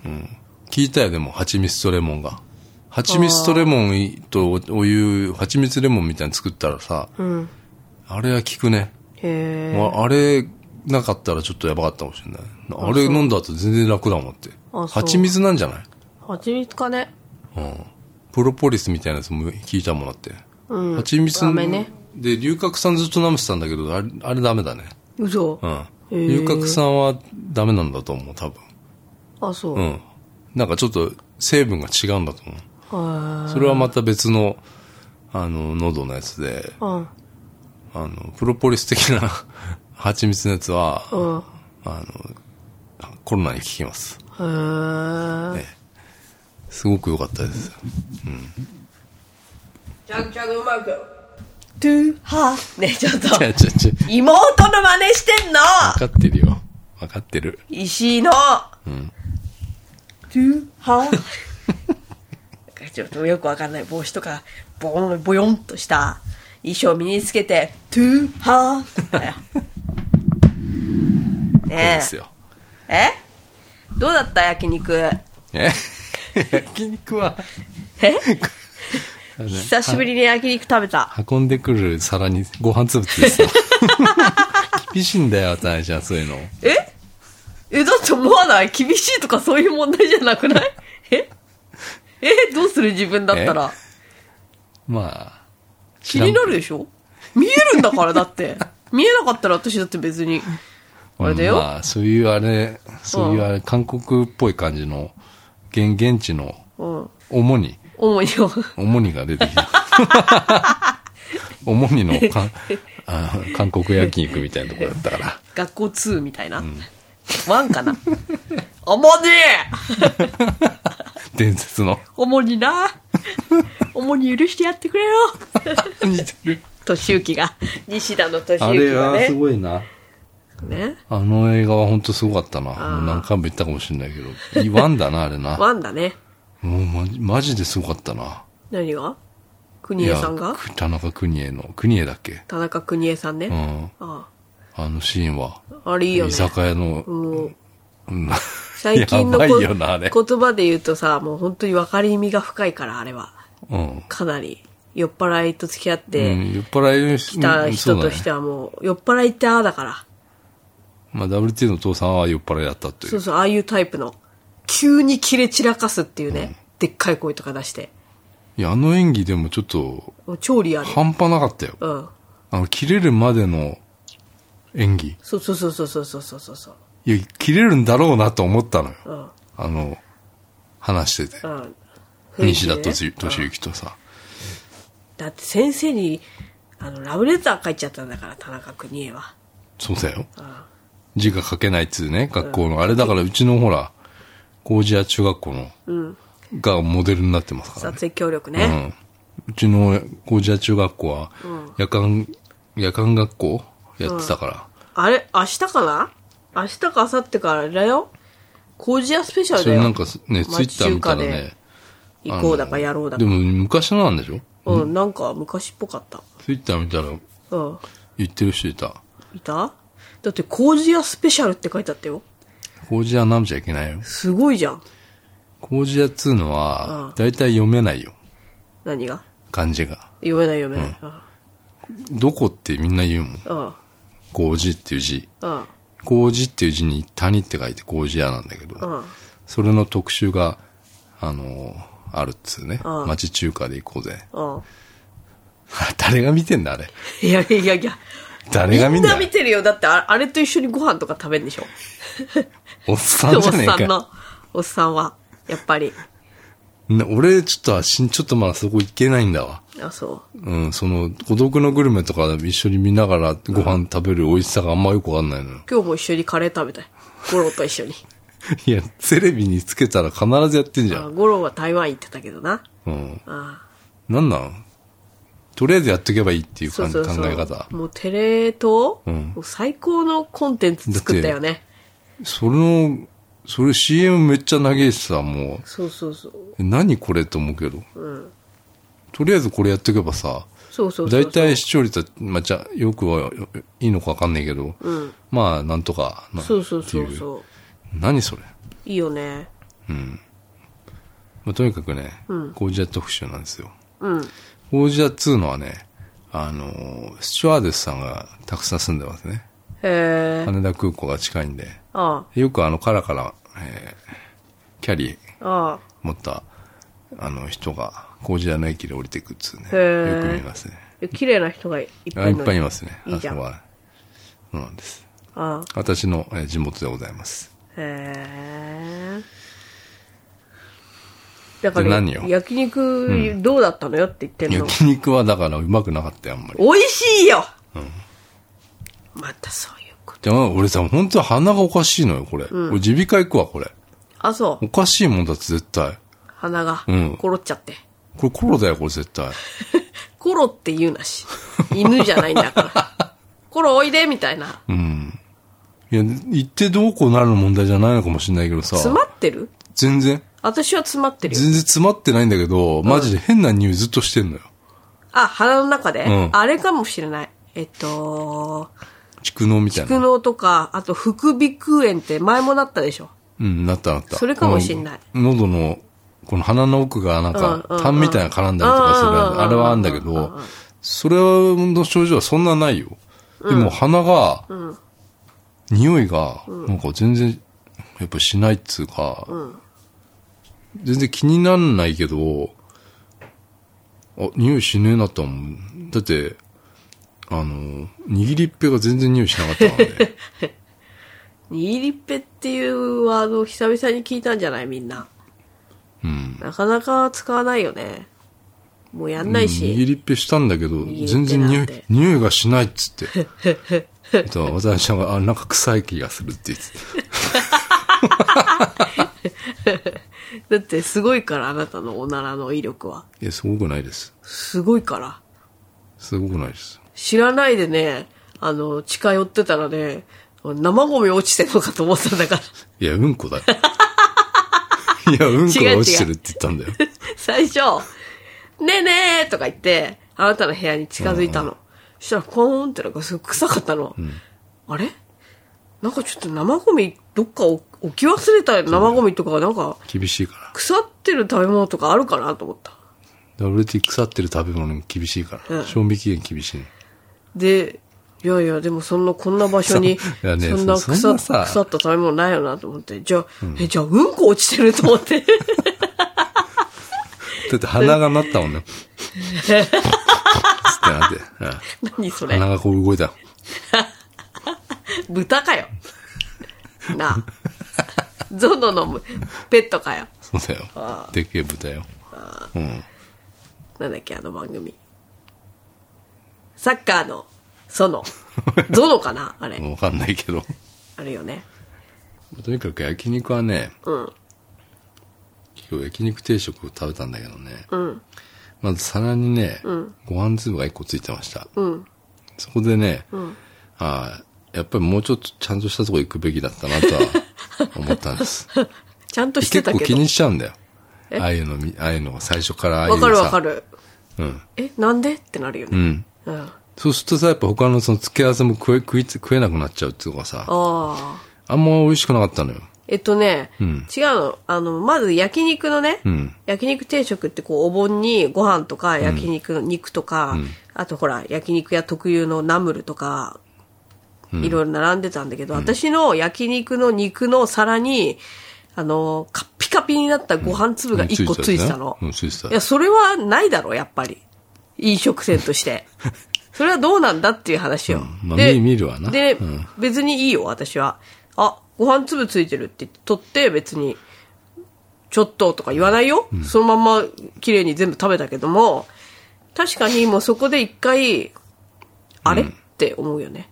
[SPEAKER 2] うん。聞いたよ、でも、蜂蜜とレモンが。蜂蜜とレモンとおお湯、蜂蜜レモンみたいに作ったらさ、
[SPEAKER 1] うん。
[SPEAKER 2] あれは効くね。
[SPEAKER 1] へえ。
[SPEAKER 2] まあ、あれなかったらちょっとやばかったかもしれない。あれ飲んだ後全然楽だもんって
[SPEAKER 1] あそう。
[SPEAKER 2] 蜂蜜なんじゃない
[SPEAKER 1] 蜂蜜かね。
[SPEAKER 2] うん。プロポリスみたいなやつも聞いたもんだって。
[SPEAKER 1] うん
[SPEAKER 2] 蜂蜜
[SPEAKER 1] ダメね
[SPEAKER 2] で、龍角散ずっと舐めてたんだけど、あれ、あれダメだね。
[SPEAKER 1] 嘘。
[SPEAKER 2] うん。
[SPEAKER 1] へえ
[SPEAKER 2] 龍角散はダメなんだと思う、多分。
[SPEAKER 1] あ、そう。
[SPEAKER 2] う
[SPEAKER 1] へ
[SPEAKER 2] ん。なんかちょっと成分が違うんだと思う。
[SPEAKER 1] え。
[SPEAKER 2] それはまた別の、あの、喉のやつで、
[SPEAKER 1] うん。
[SPEAKER 2] あの、プロポリス的な 蜂蜜のやつは、
[SPEAKER 1] うん。
[SPEAKER 2] あの、コロナに効きます。
[SPEAKER 1] へえ。
[SPEAKER 2] すごく良かったです。
[SPEAKER 1] ちゃんちゃんうまく。トゥーハー。ねえ、ちょっと。
[SPEAKER 2] ちゃちゃちゃ。
[SPEAKER 1] 妹の真似してんの
[SPEAKER 2] 分かってるよ。分かってる。
[SPEAKER 1] 石井の。トゥーハー。ちょっとよくわかんない帽子とか、ボーン、ボヨンとした衣装を身につけて、トゥーハー。だよ
[SPEAKER 2] こうで
[SPEAKER 1] ね
[SPEAKER 2] すよ。
[SPEAKER 1] え。えどうだった焼肉。
[SPEAKER 2] え 焼肉は、
[SPEAKER 1] え
[SPEAKER 2] あのね
[SPEAKER 1] 久しぶりに焼肉食べた。
[SPEAKER 2] 運んでくる皿にご飯粒 ですよ。厳しいんだよ、私ちゃん、そういうの。
[SPEAKER 1] ええ、だって思わない厳しいとかそういう問題じゃなくないええ、どうする自分だったら。
[SPEAKER 2] まあ、知
[SPEAKER 1] 気
[SPEAKER 2] らん
[SPEAKER 1] になるでしょ見えるんだから、だって。見えなかったら私だって別に。あれだよ。
[SPEAKER 2] まあ、そういうあれ、そういうあれ、韓国っぽい感じの、現、現地の、
[SPEAKER 1] うん。
[SPEAKER 2] 主に、
[SPEAKER 1] 主に。
[SPEAKER 2] 主にが出 てきた。主にのかんあの韓国焼肉みたいなとこだったから。
[SPEAKER 1] 学校2みたいな。ワンかな。おもに
[SPEAKER 2] 伝 説の。
[SPEAKER 1] おもにな。おもに許してやってくれよ。
[SPEAKER 2] 似てる。
[SPEAKER 1] 年行が。西田の年
[SPEAKER 2] あ
[SPEAKER 1] 行
[SPEAKER 2] れ
[SPEAKER 1] が
[SPEAKER 2] はす
[SPEAKER 1] ね。
[SPEAKER 2] ごいな。
[SPEAKER 1] ね。
[SPEAKER 2] あの映画は本当すごかったな。もう何回も言ったかもしれないけど。いいワンだな、あ れな。
[SPEAKER 1] ワンだね。
[SPEAKER 2] もうマジマジですごかったな。
[SPEAKER 1] 何が国枝さん
[SPEAKER 2] いや
[SPEAKER 1] が
[SPEAKER 2] 田中邦衛の、邦衛だっけ
[SPEAKER 1] 田中邦衛さんね。
[SPEAKER 2] うん。
[SPEAKER 1] あ
[SPEAKER 2] あのシーンは。
[SPEAKER 1] ああれいいよ
[SPEAKER 2] 居
[SPEAKER 1] ね。
[SPEAKER 2] 酒屋
[SPEAKER 1] も
[SPEAKER 2] の、
[SPEAKER 1] う
[SPEAKER 2] うん
[SPEAKER 1] 最近のこ
[SPEAKER 2] やばいよな、あれ。
[SPEAKER 1] 言葉で言うとさ、もう本当に分かりみが深いから、あれは。
[SPEAKER 2] うん。
[SPEAKER 1] かなり酔っ払いと付き合っ
[SPEAKER 2] う
[SPEAKER 1] て
[SPEAKER 2] ん酔っ払いし
[SPEAKER 1] きた人とし
[SPEAKER 2] は。
[SPEAKER 1] てはもう酔っ払いってああだから。
[SPEAKER 2] まあ、WT の父さんは酔っ払いだったとい。
[SPEAKER 1] そううそう、ああいうタイプの。急に切れ散らかすっていうね。でっかい声とか出して。
[SPEAKER 2] いや、あの演技でもちょっと、
[SPEAKER 1] もう超リアル。
[SPEAKER 2] 半端なかったよ。
[SPEAKER 1] うん。
[SPEAKER 2] あの、切れるまでの演技。
[SPEAKER 1] そうそうそうそうそうそうそうそう。
[SPEAKER 2] いや、切れるんだろうなと思ったのよ。
[SPEAKER 1] うん。
[SPEAKER 2] あの、話してて
[SPEAKER 1] う。ん。
[SPEAKER 2] 西田
[SPEAKER 1] 雰囲気でね
[SPEAKER 2] 敏敏行とさ。
[SPEAKER 1] だって先生に、あの、ラブレター書いちゃったんだから、田中邦衛は。
[SPEAKER 2] そうだよ。字が書けないっつうね、学校の。あれだから、うちのほら、麹屋中学校の、がモデルになってますから
[SPEAKER 1] 撮
[SPEAKER 2] ね。
[SPEAKER 1] 影協力
[SPEAKER 2] う
[SPEAKER 1] ね。
[SPEAKER 2] ん。うちの麹屋中学校は、夜間、夜間学校やってたから。
[SPEAKER 1] あれ、明日かな明日か明後日からあれだよ。工事屋スペシャル
[SPEAKER 2] そ
[SPEAKER 1] だ
[SPEAKER 2] れ
[SPEAKER 1] よ。
[SPEAKER 2] なんかね、ツイ
[SPEAKER 1] 町
[SPEAKER 2] ッタ
[SPEAKER 1] 中
[SPEAKER 2] ー見た
[SPEAKER 1] 華
[SPEAKER 2] らね
[SPEAKER 1] で。行こうだかやろうだか
[SPEAKER 2] で。も昔のなんでしょ
[SPEAKER 1] うん、なんか昔っぽかった。
[SPEAKER 2] ツイッター見たら
[SPEAKER 1] うん。
[SPEAKER 2] 言ってる人いた。
[SPEAKER 1] いただって工事屋スペシャルって書いてあったよ。
[SPEAKER 2] 工事屋舐めちゃいけないよ。
[SPEAKER 1] すごいじゃん。
[SPEAKER 2] 工事屋っつうのは、だいたい読めないよ。
[SPEAKER 1] 何が
[SPEAKER 2] 漢字が。
[SPEAKER 1] 読めない読めない。
[SPEAKER 2] どこってみんな言うもん。
[SPEAKER 1] うん。うん。
[SPEAKER 2] 工事っていう字。
[SPEAKER 1] うん。
[SPEAKER 2] 工事っていう字に谷って書いて工事屋なんだけど、
[SPEAKER 1] うん。
[SPEAKER 2] それの特集が、あのーあるっつうね。
[SPEAKER 1] うん
[SPEAKER 2] 町中華で行こうぜ。
[SPEAKER 1] うん。
[SPEAKER 2] 誰が見てんだ、あれ。
[SPEAKER 1] いやいやいや。
[SPEAKER 2] 誰が
[SPEAKER 1] み
[SPEAKER 2] 見
[SPEAKER 1] ん
[SPEAKER 2] んだ
[SPEAKER 1] な見てるよ。だってあ、あれと一緒にご飯とか食べるんでしょ。
[SPEAKER 2] おっさ
[SPEAKER 1] お
[SPEAKER 2] ん
[SPEAKER 1] っ
[SPEAKER 2] じゃね
[SPEAKER 1] さ
[SPEAKER 2] え
[SPEAKER 1] ん
[SPEAKER 2] か。
[SPEAKER 1] の、おっさんは、やっぱり。
[SPEAKER 2] な俺、ちょっとはしん、ちょっとまだそこ行けないんだわ。
[SPEAKER 1] あ、そう。
[SPEAKER 2] うん、その、孤独のグルメとか一緒に見ながらご飯食べる美味しさがあんまよくわかんな いのよ。
[SPEAKER 1] 今日も一緒にカレー食べたい。ゴロと一緒に。
[SPEAKER 2] いや、テレビにつけたら必ずやってんじゃ
[SPEAKER 1] あ
[SPEAKER 2] ん。
[SPEAKER 1] ゴロは台湾行ってたけどな。
[SPEAKER 2] うん。
[SPEAKER 1] あ
[SPEAKER 2] なんなんとりあえずやっとけばいいっていう
[SPEAKER 1] そ
[SPEAKER 2] 感
[SPEAKER 1] う
[SPEAKER 2] じ
[SPEAKER 1] そうそう。
[SPEAKER 2] 考え方。
[SPEAKER 1] もうテレ東、
[SPEAKER 2] うん
[SPEAKER 1] もう最高のコンテンツ作ったよね。
[SPEAKER 2] その、それ CM めっちゃ長いしさ、も
[SPEAKER 1] そうそうそう。
[SPEAKER 2] う、え何これって思うけど。
[SPEAKER 1] ん
[SPEAKER 2] とりあえずこれやっとけばさ、
[SPEAKER 1] そうそうそうそう。
[SPEAKER 2] 大体視聴率は、まあ、じゃあよくはいいのかわかんないけど、
[SPEAKER 1] ん
[SPEAKER 2] まあ、なんとかな
[SPEAKER 1] そうそうそ
[SPEAKER 2] っ
[SPEAKER 1] う
[SPEAKER 2] ていう
[SPEAKER 1] そ
[SPEAKER 2] 何それ、
[SPEAKER 1] う。いいよね。
[SPEAKER 2] まあ、とにかくね、ゴージャ特集なんですよ。
[SPEAKER 1] うん。
[SPEAKER 2] ゴージャ2のはね、あのー、スチュワーデスさんがたくさん住んでますね。
[SPEAKER 1] へえ。
[SPEAKER 2] 羽田空港が近いんで、
[SPEAKER 1] あ
[SPEAKER 2] よくあの、カラカラ、えーキャリー、
[SPEAKER 1] あ。ああ。
[SPEAKER 2] 持った、あの、人が、工事屋の駅で降りていくっつうね。
[SPEAKER 1] へー
[SPEAKER 2] よく見ますね。
[SPEAKER 1] え綺麗な人がいっぱい
[SPEAKER 2] あい
[SPEAKER 1] い
[SPEAKER 2] っ
[SPEAKER 1] るの
[SPEAKER 2] ぱいいますね。
[SPEAKER 1] いいじゃん
[SPEAKER 2] あそこは。そうなんです。
[SPEAKER 1] ああ。
[SPEAKER 2] 私のえー地元でございます。
[SPEAKER 1] へえ。だから、
[SPEAKER 2] 何よ
[SPEAKER 1] 焼肉どうだったのよって言ってんの。
[SPEAKER 2] 焼肉はだからうまくなかったよ、あんまり。
[SPEAKER 1] 美味しいよ、またそういうこと。
[SPEAKER 2] でも俺さ、本当は鼻がおかしいのよ、これ。俺、耳鼻科行くわ、これ。
[SPEAKER 1] あ、そう
[SPEAKER 2] お。かしいもんだって絶対。
[SPEAKER 1] 鼻が、
[SPEAKER 2] うん
[SPEAKER 1] コロっちゃって。
[SPEAKER 2] これコロだよ、これ絶対。
[SPEAKER 1] コロって言うなし。犬じゃないんだ から。コロおいで、みたいな。
[SPEAKER 2] いや、行ってどうこうなるの問題じゃないのかもしれないけどさ。
[SPEAKER 1] 詰まってる
[SPEAKER 2] 全然。
[SPEAKER 1] 私は詰まってるよ。
[SPEAKER 2] 全然詰まってないんだけど、マジで変な匂いずっとしてんのよ。
[SPEAKER 1] あ、鼻の中で、
[SPEAKER 2] うん
[SPEAKER 1] あれかもしれない。えっと、
[SPEAKER 2] 蓄能みたい
[SPEAKER 1] 苦
[SPEAKER 2] な。
[SPEAKER 1] 悩とか、あと副鼻腔炎って前もなったでしょ。
[SPEAKER 2] うん、なったなった。
[SPEAKER 1] それかもしんない
[SPEAKER 2] この喉の、この鼻の奥がなんか
[SPEAKER 1] うんうんう、ん
[SPEAKER 2] 痰みたいなの絡んだりとかする
[SPEAKER 1] うんうんう
[SPEAKER 2] や
[SPEAKER 1] ん
[SPEAKER 2] つ。あれはあるんだけ
[SPEAKER 1] うんうん
[SPEAKER 2] ど、それの症状はそんなないよ。でも鼻が、匂いが、なんか全然、やっぱしないっつうか、全然気になんないけど、あ、匂いしねえなとは思う。だって、あの、握りっぺが全然匂いしなかったので。
[SPEAKER 1] 握りっぺっていうワードを久々に聞いたんじゃないみんな。
[SPEAKER 2] うん。
[SPEAKER 1] なかなか使わないよね。もうやんない
[SPEAKER 2] うん
[SPEAKER 1] し。
[SPEAKER 2] 握りっぺしたんだけ
[SPEAKER 1] り
[SPEAKER 2] ど、
[SPEAKER 1] っぺ
[SPEAKER 2] 全然匂
[SPEAKER 1] ないんて、
[SPEAKER 2] 匂いがしないっつ って。あとは私が、あ、なんか臭い気がするって言って
[SPEAKER 1] だってすごいから、あなたのおならの威力は。
[SPEAKER 2] いや、すごくないです。
[SPEAKER 1] すごいから。
[SPEAKER 2] すごくないです。
[SPEAKER 1] 知らないでね、あの、近寄ってたらね、生ゴミ落ちてるのかと思ったんだから。
[SPEAKER 2] いや、うんこだよ。いや、うんこが落ちてるって言ったんだよ。
[SPEAKER 1] 最初、ねえねえとか言って、あなたの部屋に近づいたの。そしたら、コーンってなんかすごい臭かったの。あれなんかちょっと生ゴミ、どっか置置き忘れたよ生ゴミとか、なんか、
[SPEAKER 2] 厳しいから。
[SPEAKER 1] 腐ってる食べ物とかあるかなと思った。
[SPEAKER 2] だから俺って腐ってる食べ物に厳しいか
[SPEAKER 1] う
[SPEAKER 2] ら。
[SPEAKER 1] ん
[SPEAKER 2] 賞味期限厳しいの。
[SPEAKER 1] で、いやいや、でもそんな、こんな場所に、
[SPEAKER 2] いやね
[SPEAKER 1] そんな
[SPEAKER 2] そ
[SPEAKER 1] 腐
[SPEAKER 2] そんなさ
[SPEAKER 1] 腐った食べ物ないよなと思って、じゃあ、え、じゃあ、うんこ落ちてると思って。
[SPEAKER 2] だって鼻がなったも んね。つってなって。
[SPEAKER 1] 何そ
[SPEAKER 2] うん
[SPEAKER 1] れ
[SPEAKER 2] 鼻がこう動いた。
[SPEAKER 1] 豚かよ。 なあ。ゾノのペットかよ。
[SPEAKER 2] そうだよ。でっけえ豚よ。うん。
[SPEAKER 1] なんだっけ、あの番組。サッカーの、そ の、ゾノかなあれ。
[SPEAKER 2] わかんないけど。
[SPEAKER 1] あるよね。
[SPEAKER 2] とにかく焼肉はね、
[SPEAKER 1] うん。
[SPEAKER 2] 今日焼肉定食を食べたんだけどね、
[SPEAKER 1] うん。
[SPEAKER 2] まず皿にね、ご飯粒が1個ついてました。
[SPEAKER 1] うん。
[SPEAKER 2] そこでね、ああやっぱりもうちょっとちゃんとしたとこ行くべきだったなと は思ったんです。
[SPEAKER 1] ちゃんとして
[SPEAKER 2] 結
[SPEAKER 1] た
[SPEAKER 2] 構
[SPEAKER 1] け
[SPEAKER 2] 気
[SPEAKER 1] ど
[SPEAKER 2] に。しちゃうんだよ。ああいうのみ、ああいうのが最初からああいう
[SPEAKER 1] わかる
[SPEAKER 2] さ
[SPEAKER 1] わかる。
[SPEAKER 2] うん。
[SPEAKER 1] え、なんでってなるよ
[SPEAKER 2] う
[SPEAKER 1] ね。
[SPEAKER 2] ん。
[SPEAKER 1] うん。あ
[SPEAKER 2] そうするとさ、やっぱ他のその付け合わせも食え、食いつ、食えなくなっちゃうっていうかさ、
[SPEAKER 1] あ。
[SPEAKER 2] あんま美味しくなかったのよ。
[SPEAKER 1] えっとね、
[SPEAKER 2] うん
[SPEAKER 1] 違うの。あの、まず焼肉のね、
[SPEAKER 2] うん。
[SPEAKER 1] 焼肉定食ってこう、お盆にご飯とか焼肉、肉とか、あとほら、焼肉屋特有のナムルとか、いろいろ並んでたんだけど、私の焼肉の肉の皿に、あの、カッピカピになったご飯粒が1個ついてたの。
[SPEAKER 2] うん、ついてた
[SPEAKER 1] い。や、それはないだろ、やっぱり。飲食店と して。それはどうなんだっていう話よ。
[SPEAKER 2] まあ
[SPEAKER 1] で
[SPEAKER 2] 見見るわな
[SPEAKER 1] で、
[SPEAKER 2] うん
[SPEAKER 1] 別にいいよ、私は。あ、ご飯粒ついてるって言って取って、別に、ちょっととか言わないよ。そのまんま綺麗に全部食べたけども、確かにもうそこで一回、あれ、って思うよね。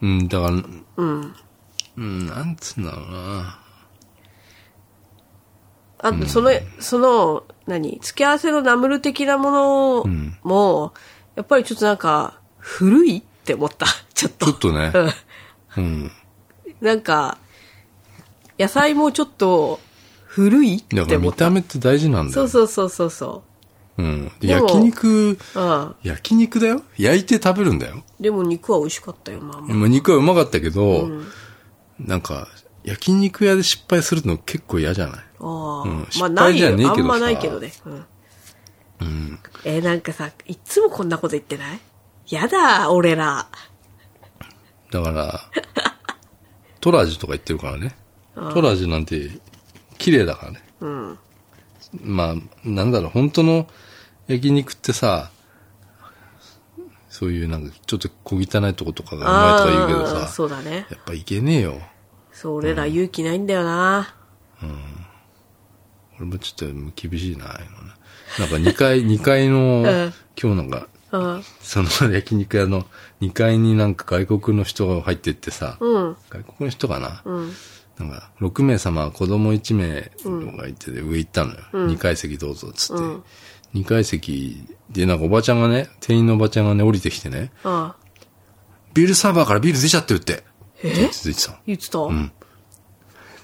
[SPEAKER 2] うん、だから、うん。うん、なんつうんだろうな。
[SPEAKER 1] あと、その、その、何、付け合わせのナムル的なものも、やっぱりちょっとなんか、古いって思った。 ちょっと
[SPEAKER 2] ちょ。っとね、
[SPEAKER 1] うん
[SPEAKER 2] うん。
[SPEAKER 1] なんか、野菜もちょっと、古い
[SPEAKER 2] だ
[SPEAKER 1] っ
[SPEAKER 2] か
[SPEAKER 1] て
[SPEAKER 2] ら
[SPEAKER 1] 思っ
[SPEAKER 2] 見
[SPEAKER 1] た。
[SPEAKER 2] た目って大事なんだ
[SPEAKER 1] そ
[SPEAKER 2] よ
[SPEAKER 1] う。そうそうそうそ
[SPEAKER 2] うん。で
[SPEAKER 1] でも
[SPEAKER 2] 焼肉、
[SPEAKER 1] う。うん。
[SPEAKER 2] 焼肉だよ焼いて食べるんだよ。
[SPEAKER 1] でも肉は美味しかったよ、まあまあ。
[SPEAKER 2] まあ肉はうまかったけど、なんか、焼肉屋で失敗するの結構嫌じゃない
[SPEAKER 1] あ
[SPEAKER 2] うん
[SPEAKER 1] あ、まあ
[SPEAKER 2] 失
[SPEAKER 1] な
[SPEAKER 2] 敗
[SPEAKER 1] い
[SPEAKER 2] じゃ
[SPEAKER 1] よ
[SPEAKER 2] ねえけど
[SPEAKER 1] あ
[SPEAKER 2] さ
[SPEAKER 1] んまないけどね。うん。えーなんかさ、いつもこんなこと言ってないやだ、俺ら。
[SPEAKER 2] だから、トラジとか言ってるからね。トラジなんて、綺麗だからね。まあ、なんだろう、本当の焼肉ってさ、そういうなんか、ちょっと小汚いとことかがうまいとか言うけど
[SPEAKER 1] あー
[SPEAKER 2] さ、
[SPEAKER 1] そうだね。
[SPEAKER 2] やっぱいけねえよ。
[SPEAKER 1] そう、俺ら勇気ないんだよな。
[SPEAKER 2] 俺もちょっと厳しいな、ああいうのねなんか2階、二階の、
[SPEAKER 1] ん
[SPEAKER 2] 今日なんか、
[SPEAKER 1] うん。
[SPEAKER 2] その焼肉屋の2階になんか外国の人が入ってってさ、
[SPEAKER 1] うん。
[SPEAKER 2] 外国の人かな、
[SPEAKER 1] うん。
[SPEAKER 2] なんか、6名様、子供1名がいてて、上行ったのよ。2階席どうぞ、つって。
[SPEAKER 1] うん
[SPEAKER 2] 2階席で、なんかおばちゃんがね、店員のおばちゃんがね、降りてきてね、
[SPEAKER 1] ああ
[SPEAKER 2] ビールサーバーからビール出ちゃってるって。
[SPEAKER 1] え
[SPEAKER 2] って言ってたの。
[SPEAKER 1] 言ってた、
[SPEAKER 2] ん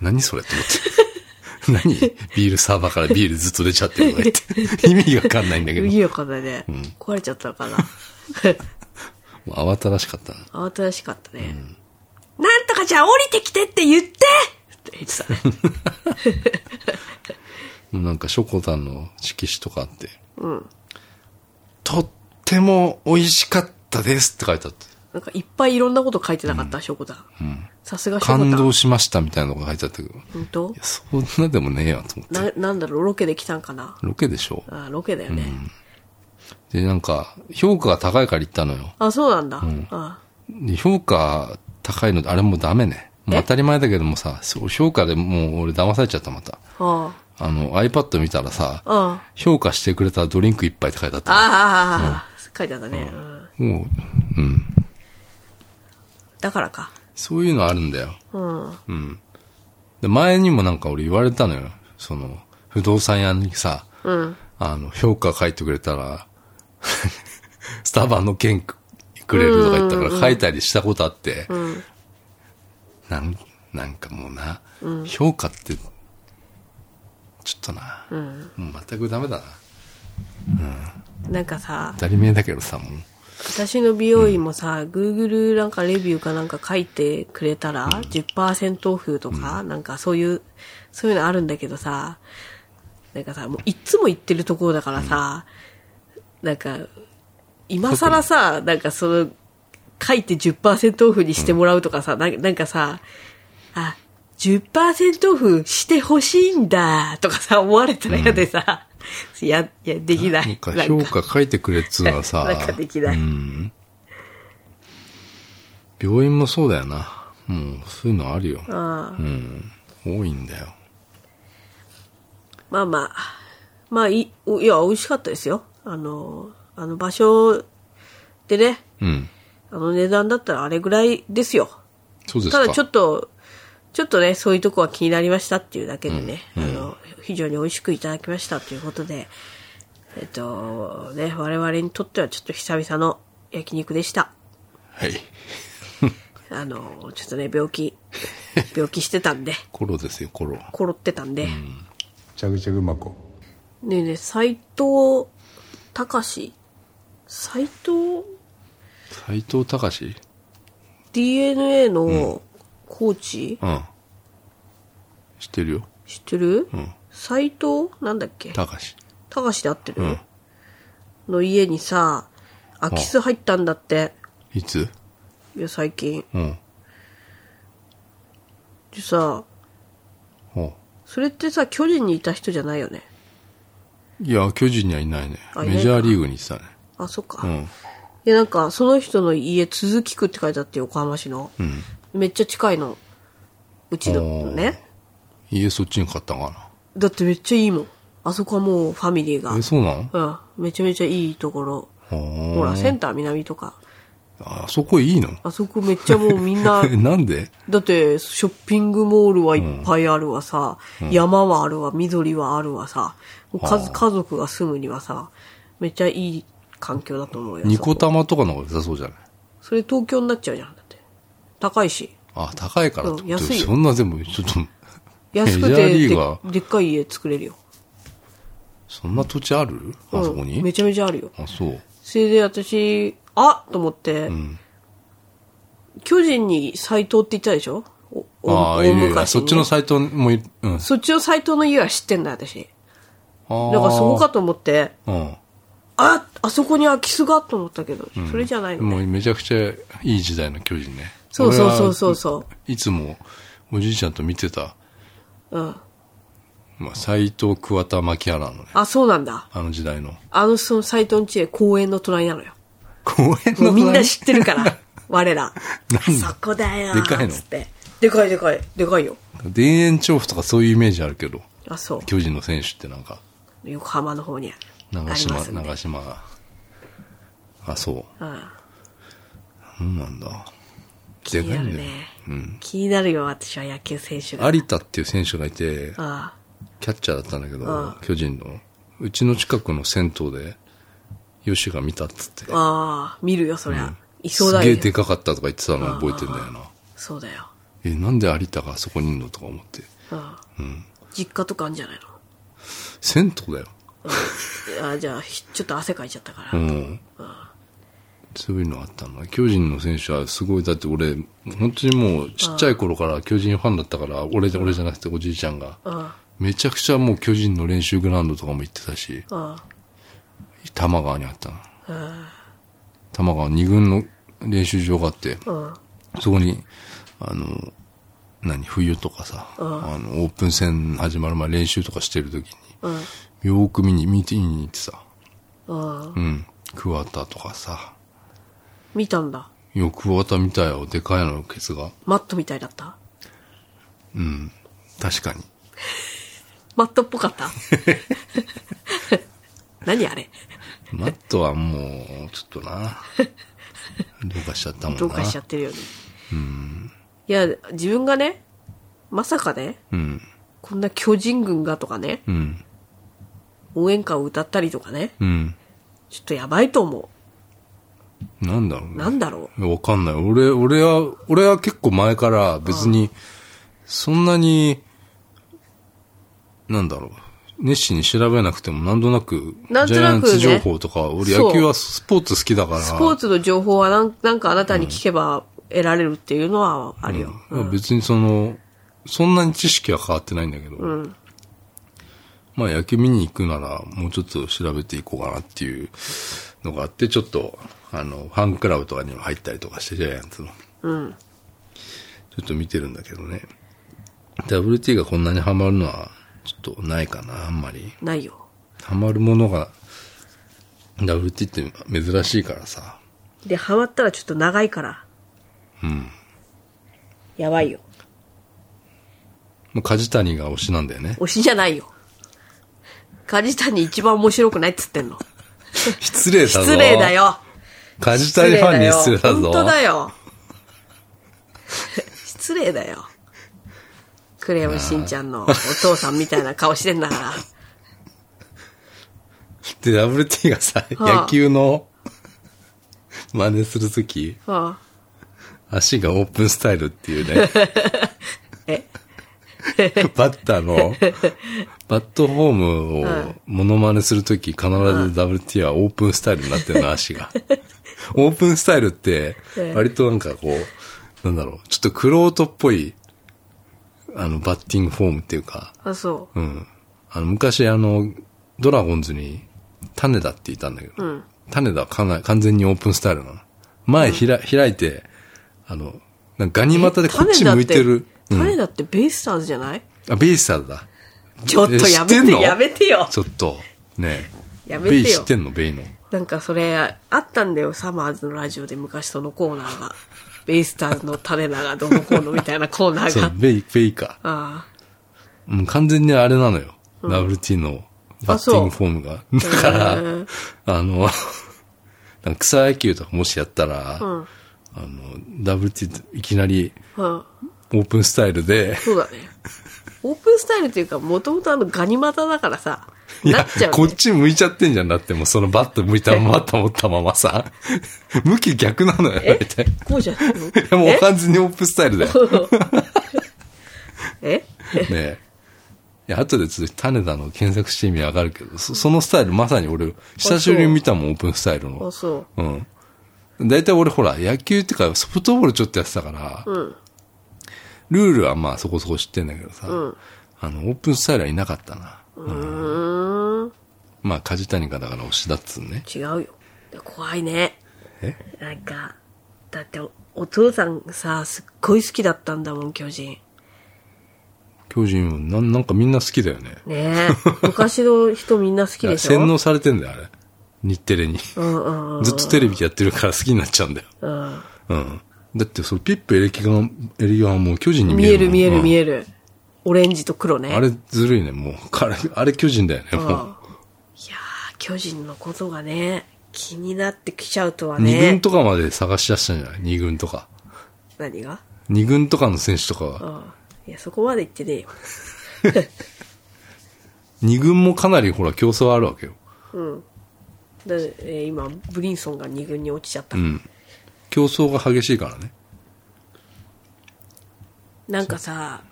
[SPEAKER 2] 何それと思って。何 ビールサーバーからビールずっと出ちゃってるのか って。意味がわかんないんだけど。
[SPEAKER 1] いいよ、かなね、壊れちゃったの かな。
[SPEAKER 2] もう慌ただしかったな。
[SPEAKER 1] 慌ただしかったね、なんとかじゃあ降りてきてって言ってって言ってたね
[SPEAKER 2] もうなんか、ショコタンの色紙とかあって。とっても美味しかったですって書いてあって。
[SPEAKER 1] なんかいっぱいいろんなこと書いてなかった、しょこたん。さすがしょこたん。
[SPEAKER 2] 感動しましたみたいなのが書いてあったけど。い
[SPEAKER 1] 本当
[SPEAKER 2] やそんなでもねえよと思って。
[SPEAKER 1] な、なんだろう、ロケで来たんかな
[SPEAKER 2] ロケでしょ
[SPEAKER 1] あロケだよね、
[SPEAKER 2] で、なんか、評価が高いから行ったのよ。
[SPEAKER 1] あ、そうなんだ。あ
[SPEAKER 2] で評価高いの、あれもうダメね。もう
[SPEAKER 1] え
[SPEAKER 2] 当たり前だけどもさ、そう評価でもう俺騙されちゃったまた。
[SPEAKER 1] あ、
[SPEAKER 2] あの、iPad 見たらさ、
[SPEAKER 1] ああ、
[SPEAKER 2] 評価してくれたドリンク一杯って書いてあっ
[SPEAKER 1] ああ、あ
[SPEAKER 2] た。
[SPEAKER 1] あ、ああ、書いてあったね、うん
[SPEAKER 2] もう、うん。
[SPEAKER 1] だからか。
[SPEAKER 2] そういうのあるんだよ。
[SPEAKER 1] うん。うん。
[SPEAKER 2] で、前にもなんか俺言われたのよ。その、不動産屋にさ、あの、評価書いてくれたら、 スタバの券くれるとか言ったから書いたりしたことあって、なんなんかもうな、評価って、ちょっとな、もう全くダメだな。
[SPEAKER 1] なんかさ
[SPEAKER 2] 当、たり前だけどさ、もう。
[SPEAKER 1] 私の美容院もさ、Google なんかレビューかなんか書いてくれたら、10%オフとか、なんかそういう、そういうのあるんだけどさ、なんかさ、もういっつも行ってるところだからさ、なんか、今更さ、なんかその、書いて10%オフにしてもらうとかさ、なんなんかさ、あ、10%オフしてほしいんだ、とかさ、思われたら嫌でさ、いや、いや、できない。
[SPEAKER 2] なんか
[SPEAKER 1] なん
[SPEAKER 2] 評
[SPEAKER 1] か
[SPEAKER 2] 価書いてくれっつうのは さ、
[SPEAKER 1] なんかできない
[SPEAKER 2] うん病院もそうだよな。もう、そういうのあるよ。
[SPEAKER 1] うん
[SPEAKER 2] うん。多いんだよ。
[SPEAKER 1] まあまあ、まあいい、おいや、美味しかったですよ。あの、あの場所でね、
[SPEAKER 2] うん。
[SPEAKER 1] あの値段だったらあれぐらいですよ。
[SPEAKER 2] そうですか。
[SPEAKER 1] ただちょっと、ちょっとね、そういうとこは気になりましたっていうだけでね、あの、非常に美味しくいただきましたということで、えっと、ね、我々にとってはちょっと久々の焼肉でした。
[SPEAKER 2] はい。
[SPEAKER 1] あの、ちょっとね、病気、病気してたんで、
[SPEAKER 2] コロですよ、コロ。
[SPEAKER 1] 転ってたんで。
[SPEAKER 3] チャグチャグマコ
[SPEAKER 1] ねえねえ、斎藤隆、斎藤
[SPEAKER 2] 斎藤隆
[SPEAKER 1] DNA のコーチ、
[SPEAKER 2] うん。知ってるよ。
[SPEAKER 1] 知ってる
[SPEAKER 2] うん。
[SPEAKER 1] 斎藤なんだっけ
[SPEAKER 2] 隆。
[SPEAKER 1] 隆で合ってる、
[SPEAKER 2] うん。
[SPEAKER 1] の家にさ、空き巣入ったんだって。
[SPEAKER 2] いつ
[SPEAKER 1] いや、最近。
[SPEAKER 2] うん。
[SPEAKER 1] でさ、
[SPEAKER 2] ほ
[SPEAKER 1] それってさ、巨人にいた人じゃないよね。
[SPEAKER 2] ういや、巨人にはいないね。
[SPEAKER 1] あいないか
[SPEAKER 2] メジャーリーグに行ってたね。
[SPEAKER 1] あ、そっか。
[SPEAKER 2] う
[SPEAKER 1] い
[SPEAKER 2] ん。
[SPEAKER 1] や、なんか、その人の家、鈴木区って書いてあって、横浜市の。
[SPEAKER 2] ん
[SPEAKER 1] めっちゃ近いの。うちのね。
[SPEAKER 2] 家そっちに買ったんか
[SPEAKER 1] だってめっちゃいいもん。あそこはもうファミリーが
[SPEAKER 2] な。え、。そうなの
[SPEAKER 1] うん。めちゃめちゃいいところ。
[SPEAKER 2] ほ
[SPEAKER 1] ほ
[SPEAKER 2] う
[SPEAKER 1] ら、センター南とか。
[SPEAKER 2] あそこいいの
[SPEAKER 1] あそこめっちゃもうみん な、
[SPEAKER 2] えなんで
[SPEAKER 1] だって、ショッピングモールはいっぱいあるわさ、山はあるわ、緑はあるわさ、家
[SPEAKER 2] はあ
[SPEAKER 1] 家族が住むにはさ、めっちゃいい環境だと思うよ。
[SPEAKER 2] ニ
[SPEAKER 1] そ
[SPEAKER 2] コ
[SPEAKER 1] こ
[SPEAKER 2] 玉とかの方が良さそうじゃない
[SPEAKER 1] それ東京になっちゃうじゃん、だって。高いし。
[SPEAKER 2] あ、高いからってこと
[SPEAKER 1] うん安いよ
[SPEAKER 2] そんな全部、ちょっと、
[SPEAKER 1] 安く
[SPEAKER 2] メジャー
[SPEAKER 1] て
[SPEAKER 2] リー
[SPEAKER 1] で
[SPEAKER 2] ガ、ー
[SPEAKER 1] でっかい家作れるよ。
[SPEAKER 2] そんな土地あるあそこ
[SPEAKER 1] う
[SPEAKER 2] に、
[SPEAKER 1] ん、めちゃめちゃあるよ。
[SPEAKER 2] あ、そう。
[SPEAKER 1] それで私、あっと思って、
[SPEAKER 2] ん
[SPEAKER 1] 巨人に斎藤って言ったでしょおお
[SPEAKER 2] ああ、い
[SPEAKER 1] 大
[SPEAKER 2] るい
[SPEAKER 1] 昔に
[SPEAKER 2] る。そっちのサイトもい、うん。
[SPEAKER 1] そっちの斎藤の家は知ってんだよ、私。
[SPEAKER 2] ああ
[SPEAKER 1] だからそこか。と思って、
[SPEAKER 2] うん。
[SPEAKER 1] あ、あそこに空き巣がと思ったけど、それじゃないのね、
[SPEAKER 2] もうめちゃくちゃいい時代の巨人ね。
[SPEAKER 1] そうそうそうそうそ
[SPEAKER 2] 俺はいつもおじいちゃんと見てた、
[SPEAKER 1] う。うん。
[SPEAKER 2] まあ、斎藤桑田牧原のね、
[SPEAKER 1] あ、そうなんだ。
[SPEAKER 2] あの時代の。
[SPEAKER 1] あの、その斎藤んちへ公園の隣なのよ。
[SPEAKER 2] 公園
[SPEAKER 1] も
[SPEAKER 2] の
[SPEAKER 1] うみんな
[SPEAKER 2] 隣
[SPEAKER 1] 知ってる から、我ら。あ
[SPEAKER 2] なんだ
[SPEAKER 1] そこだよ。
[SPEAKER 2] でかいの
[SPEAKER 1] つって。でかいでかい。でかいよ。
[SPEAKER 2] 田園調布とかそういうイメージあるけど、
[SPEAKER 1] あ、そう。
[SPEAKER 2] 巨人の選手ってなんか、
[SPEAKER 1] 横浜の方にありま
[SPEAKER 2] 長島、
[SPEAKER 1] すんで。
[SPEAKER 2] 長島が。あ、そ
[SPEAKER 1] うん。
[SPEAKER 2] う。そうなんだ。
[SPEAKER 1] 気
[SPEAKER 2] で
[SPEAKER 1] に
[SPEAKER 2] か
[SPEAKER 1] ないる
[SPEAKER 2] んだよ。
[SPEAKER 1] ね。気になるよ、私は野球選手が。
[SPEAKER 2] 有田っていう選手がいて、
[SPEAKER 1] あ
[SPEAKER 2] キャッチャーだったんだけど、
[SPEAKER 1] あ
[SPEAKER 2] 巨人の。うちの近くの銭湯で、ヨシが見たっつって
[SPEAKER 1] あ。。ああ、見るよ、そりゃ。いそう
[SPEAKER 2] す
[SPEAKER 1] だ
[SPEAKER 2] げえ
[SPEAKER 1] よ。
[SPEAKER 2] でかかったとか言ってたの覚えてんだよな。
[SPEAKER 1] そうだよ。
[SPEAKER 2] え、なんで有田があそこにいんのとか思って。
[SPEAKER 1] うん。実家とかあんじゃないの
[SPEAKER 2] 銭湯だよ。
[SPEAKER 1] あじゃあひちょっと汗かいちゃったから、
[SPEAKER 2] うん。そういうのあったの。巨人の選手はすごい、だって俺、本当にもうちっちゃい頃から巨人ファンだったから、俺で、俺じゃなくておじいちゃんが。
[SPEAKER 1] うん
[SPEAKER 2] めちゃくちゃもう巨人の練習グラウンドとかも行ってたし、
[SPEAKER 1] うん
[SPEAKER 2] 多摩川にあったな。多摩川二軍の練習場があって、
[SPEAKER 1] うん
[SPEAKER 2] そこに、あの、何、冬とかさ、あの、オープン戦始まる前練習とかしてる時
[SPEAKER 1] うん
[SPEAKER 2] に、よーく見に、見て、見に行ってさ、
[SPEAKER 1] うん
[SPEAKER 2] うん、桑田とかさ、
[SPEAKER 1] 見たんだ
[SPEAKER 2] よ、桑田見たよ、でかいの、ケツが。
[SPEAKER 1] マットみたいだった
[SPEAKER 2] うん、確かに。
[SPEAKER 1] マットっぽか った何あれ
[SPEAKER 2] マットはもう、ちょ っとな、どうかしちゃったもんな。
[SPEAKER 1] どうかしちゃってるよねいや自分がねまさかね
[SPEAKER 2] うん、
[SPEAKER 1] こんな巨人軍がとかね
[SPEAKER 2] うん、
[SPEAKER 1] 応援歌を歌ったりとかね
[SPEAKER 2] うん。
[SPEAKER 1] ちょっとやばいと思
[SPEAKER 2] なんだろう
[SPEAKER 1] う
[SPEAKER 2] ね
[SPEAKER 1] なんだろ
[SPEAKER 2] いやわかんない。俺、俺は、俺は結構前から別に、そんなに、なんだろう。熱心に調べなくても、なんとなく、
[SPEAKER 1] なん
[SPEAKER 2] ジ
[SPEAKER 1] と
[SPEAKER 2] ャイア
[SPEAKER 1] な
[SPEAKER 2] ン
[SPEAKER 1] くね
[SPEAKER 2] ツ情報とか、俺
[SPEAKER 1] そう
[SPEAKER 2] 野球はスポーツ好きだから、
[SPEAKER 1] うスポーツの情報はなんなんかあなたに聞けば得られるっていうのはあるよ、
[SPEAKER 2] うん別にその、そんなに知識は変わってないんだけど、
[SPEAKER 1] ん
[SPEAKER 2] まあ野球見に行くなら、もうちょっと調べていこうかなっていうのがあって、ちょっと、あの、ファンクラブとかにも入ったりとかして、ジャイアンツの。
[SPEAKER 1] うん
[SPEAKER 2] ちょっと見てるんだけどね。WT がこんなにハマるのは、ちょっとないかな、あんまり。
[SPEAKER 1] ないよ
[SPEAKER 2] ハマるものが、WT って珍しいからさ。
[SPEAKER 1] で、ハマったらちょっと長いから。うん。やばいよ。。
[SPEAKER 2] もう梶谷が推しなんだよね
[SPEAKER 1] 推しじゃないよ。梶谷一番面白くないっつってんの。
[SPEAKER 2] 失礼だぞ。
[SPEAKER 1] 失礼だ。よ。
[SPEAKER 2] 梶谷ファンに失礼だぞ。
[SPEAKER 1] 本当だよ。失礼だよ。クレヨンしんちゃんのお父さんみたいな顔してんだから。
[SPEAKER 2] で、WT がさ、
[SPEAKER 1] はあ
[SPEAKER 2] 野球の真似するとき、
[SPEAKER 1] はあ、
[SPEAKER 2] 足がオープンスタイルっていうね。
[SPEAKER 1] え
[SPEAKER 2] バッターの、バットホームをモノマネするとき必ず WT はオープンスタイルになってるの、足が。オープンスタイルって、割となんかこう、なんだろう、ちょっとクロートっぽい、あの、バッティングフォームっていうか、
[SPEAKER 1] あ、そ
[SPEAKER 2] うん。あの、昔あの、ドラゴンズに、種田っていたんだけど、種田はかな完全にオープンスタイルなの。前ひら、開いて、あの、なんかガニ
[SPEAKER 1] う。
[SPEAKER 2] 股でこっち向いてる。う
[SPEAKER 1] 種
[SPEAKER 2] ん。
[SPEAKER 1] だってベイスターズじゃない
[SPEAKER 2] あ、ベイスターズだ。
[SPEAKER 1] ちょっとや
[SPEAKER 2] え知
[SPEAKER 1] め
[SPEAKER 2] ってん
[SPEAKER 1] て、
[SPEAKER 2] の
[SPEAKER 1] やめてよ。
[SPEAKER 2] ちょっと、ねえ
[SPEAKER 1] やめて
[SPEAKER 2] ベ
[SPEAKER 1] よ
[SPEAKER 2] イ知ってんのベイの。
[SPEAKER 1] なんかそれ、あったんだよ、サマーズのラジオで昔そのコーナーが。ベイスターズの種田がどうのこうのみたいなコーナー
[SPEAKER 2] そ
[SPEAKER 1] が
[SPEAKER 2] う、。ベイ、ベイか。
[SPEAKER 1] あ
[SPEAKER 2] うん、完全にあれなのよ。WT のバッティングフォームが。だから、あの、なんか草野球とかもしやったら、
[SPEAKER 1] ん
[SPEAKER 2] あの、WT いきなり
[SPEAKER 1] あ、うん。
[SPEAKER 2] オープンスタイルで、
[SPEAKER 1] そうだね。オープンスタイルっていうか、もともとあのガニ股だからさ、
[SPEAKER 2] い
[SPEAKER 1] な
[SPEAKER 2] や
[SPEAKER 1] っちゃ、う、ね。
[SPEAKER 2] こっち向いちゃってんじゃんだって、もうそのバット向いたまま、保ったままさ、 向き逆なのよ、大体。い
[SPEAKER 1] こうじゃないの
[SPEAKER 2] やもう完全にオープンスタイルだよ。
[SPEAKER 1] え
[SPEAKER 2] ねえ。いや、後でちょっと種田の検索してみ上がるけど、そそのスタイルまさに俺、久しぶりに見たもん、オープンスタイル
[SPEAKER 1] あ、
[SPEAKER 2] の。
[SPEAKER 1] そ
[SPEAKER 2] うん。大体俺ほら、野球ってか、ソフトボールちょっとやってたから、ルールはまあそこそこ知ってんだけどさ、あの、オープンスタイルはいなかったな。
[SPEAKER 1] う。うーん。
[SPEAKER 2] まあ、梶谷がだから推しだっつうね。
[SPEAKER 1] 違うよ。怖いね。
[SPEAKER 2] え
[SPEAKER 1] なんか、だっておお父さんさ、すっごい好きだったんだもん、巨人。
[SPEAKER 2] 巨人もなん、なんかみんな好きだよね。
[SPEAKER 1] ねえ。昔の人みんな好きでしょ
[SPEAKER 2] 洗脳されてんだよ、あれ。日テレに。
[SPEAKER 1] うんうんうん。
[SPEAKER 2] ずっとテレビやってるから好きになっちゃうんだよ。
[SPEAKER 1] うん。
[SPEAKER 2] うん。だって、そう、ピップエレキガン、エレキガンはもう巨人に見
[SPEAKER 1] 見
[SPEAKER 2] え
[SPEAKER 1] え
[SPEAKER 2] る
[SPEAKER 1] る
[SPEAKER 2] もん。
[SPEAKER 1] 見える見
[SPEAKER 2] え
[SPEAKER 1] える。オレンジと黒ね。
[SPEAKER 2] あれずるいね、もう。あれ、あれ巨人だよね、
[SPEAKER 1] うん。い
[SPEAKER 2] もう。
[SPEAKER 1] やー、巨人のことがね、気になってきちゃうとは
[SPEAKER 2] 二軍
[SPEAKER 1] ね。
[SPEAKER 2] とかまで探し出したんじゃない二軍とか。
[SPEAKER 1] 何が
[SPEAKER 2] 二軍とかの選手とか
[SPEAKER 1] う
[SPEAKER 2] は、
[SPEAKER 1] ん。いや、そこまで言ってねえよ。
[SPEAKER 2] 二軍もかなりほら競争あるわけよ。
[SPEAKER 1] だえー今、ブリンソンが2軍に落ちちゃった。
[SPEAKER 2] うん。競争が激しいからね。
[SPEAKER 1] なんかさ、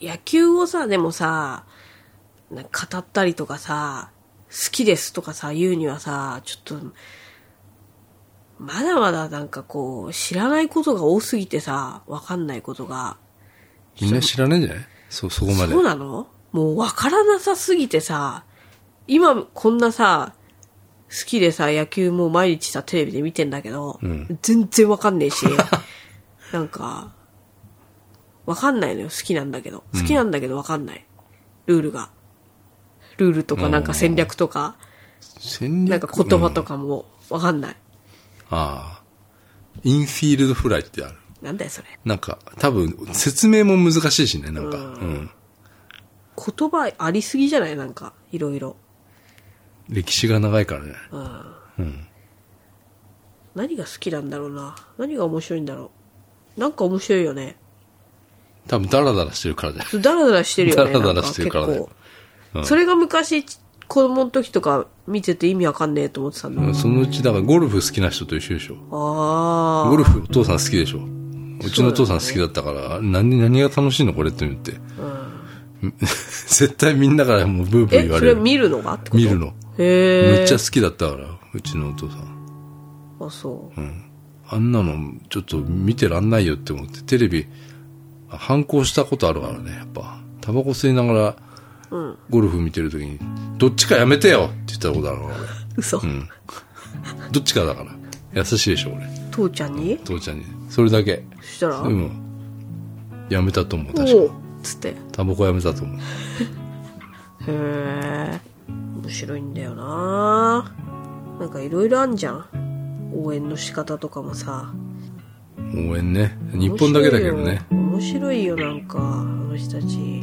[SPEAKER 1] 野球をさ、でもさ、なんか語ったりとかさ、好きですとかさ、言うにはさ、ちょっと、まだまだなんかこう、知らないことが多すぎてさ、わかんないことが。
[SPEAKER 2] みんな知らないんじゃないそう、そこまで
[SPEAKER 1] そう。なのもうわからなさすぎてさ、今こんなさ、好きでさ、野球もう毎日さ、テレビで見てんだけど、全然わかんねえ し、なんか、わかんないのよ、好きなんだけど。好きなんだけどわかんない。ルールが。ルールとかなんか戦略とか、
[SPEAKER 2] 戦
[SPEAKER 1] なん
[SPEAKER 2] 略
[SPEAKER 1] か言葉
[SPEAKER 2] うん
[SPEAKER 1] とかもわかんない。
[SPEAKER 2] ああ。インフィールドフライってある。
[SPEAKER 1] なんだよ、それ。
[SPEAKER 2] なんか、多分、説明も難しいしね、なんか。うん。
[SPEAKER 1] 言葉ありすぎじゃないなんか、いろいろ。
[SPEAKER 2] 歴史が長いからね。
[SPEAKER 1] 何が好きなんだろうな。何が面白いんだろう。なんか面白いよね。
[SPEAKER 2] 多分、ダラダラしてるからだよ。
[SPEAKER 1] ダラダラしてるよね。
[SPEAKER 2] ダラダラしてるからね
[SPEAKER 1] なん結構それが昔、ち子供の時とか見てて意味わかんねえと思ってたんだ。
[SPEAKER 2] うんそのうち、だからゴルフ好きな人と一緒でしょ。
[SPEAKER 1] ああ。
[SPEAKER 2] ゴルフお父さん好きでしょ。うちのお父さん好きだったから、何、何が楽しいのこれって言って。 絶対みんなからもうブーブー
[SPEAKER 1] え、
[SPEAKER 2] 言わ
[SPEAKER 1] そ
[SPEAKER 2] れ
[SPEAKER 1] れ
[SPEAKER 2] る。
[SPEAKER 1] 見るのがってこと
[SPEAKER 2] 見るの。
[SPEAKER 1] へえ。
[SPEAKER 2] めっちゃ好きだったから、うちのお父さん。
[SPEAKER 1] あ、そう。
[SPEAKER 2] あんなの、ちょっと見てらんないよって思って、テレビ、あ反抗したことあるからね、やっぱ。タバコ吸いながら、ゴルフ見てる時に、どっちかやめてよって言ったことあるから、
[SPEAKER 1] 嘘。
[SPEAKER 2] 俺。どっちかだから。優しいでしょ、俺。
[SPEAKER 1] 父ちゃんに
[SPEAKER 2] 父ちゃんに。それだけ。
[SPEAKER 1] そしたら、
[SPEAKER 2] う
[SPEAKER 1] お
[SPEAKER 2] ん。やめたと思う、確
[SPEAKER 1] お
[SPEAKER 2] か。
[SPEAKER 1] つって。へ
[SPEAKER 2] タバコやめたと思う。
[SPEAKER 1] え。面白いんだよななんかいろいろあんじゃん。応援の仕方とかもさ。
[SPEAKER 2] 応援ね。日本だけだけどね。
[SPEAKER 1] 面白いよ。面白いよ、なんか、あの人たち。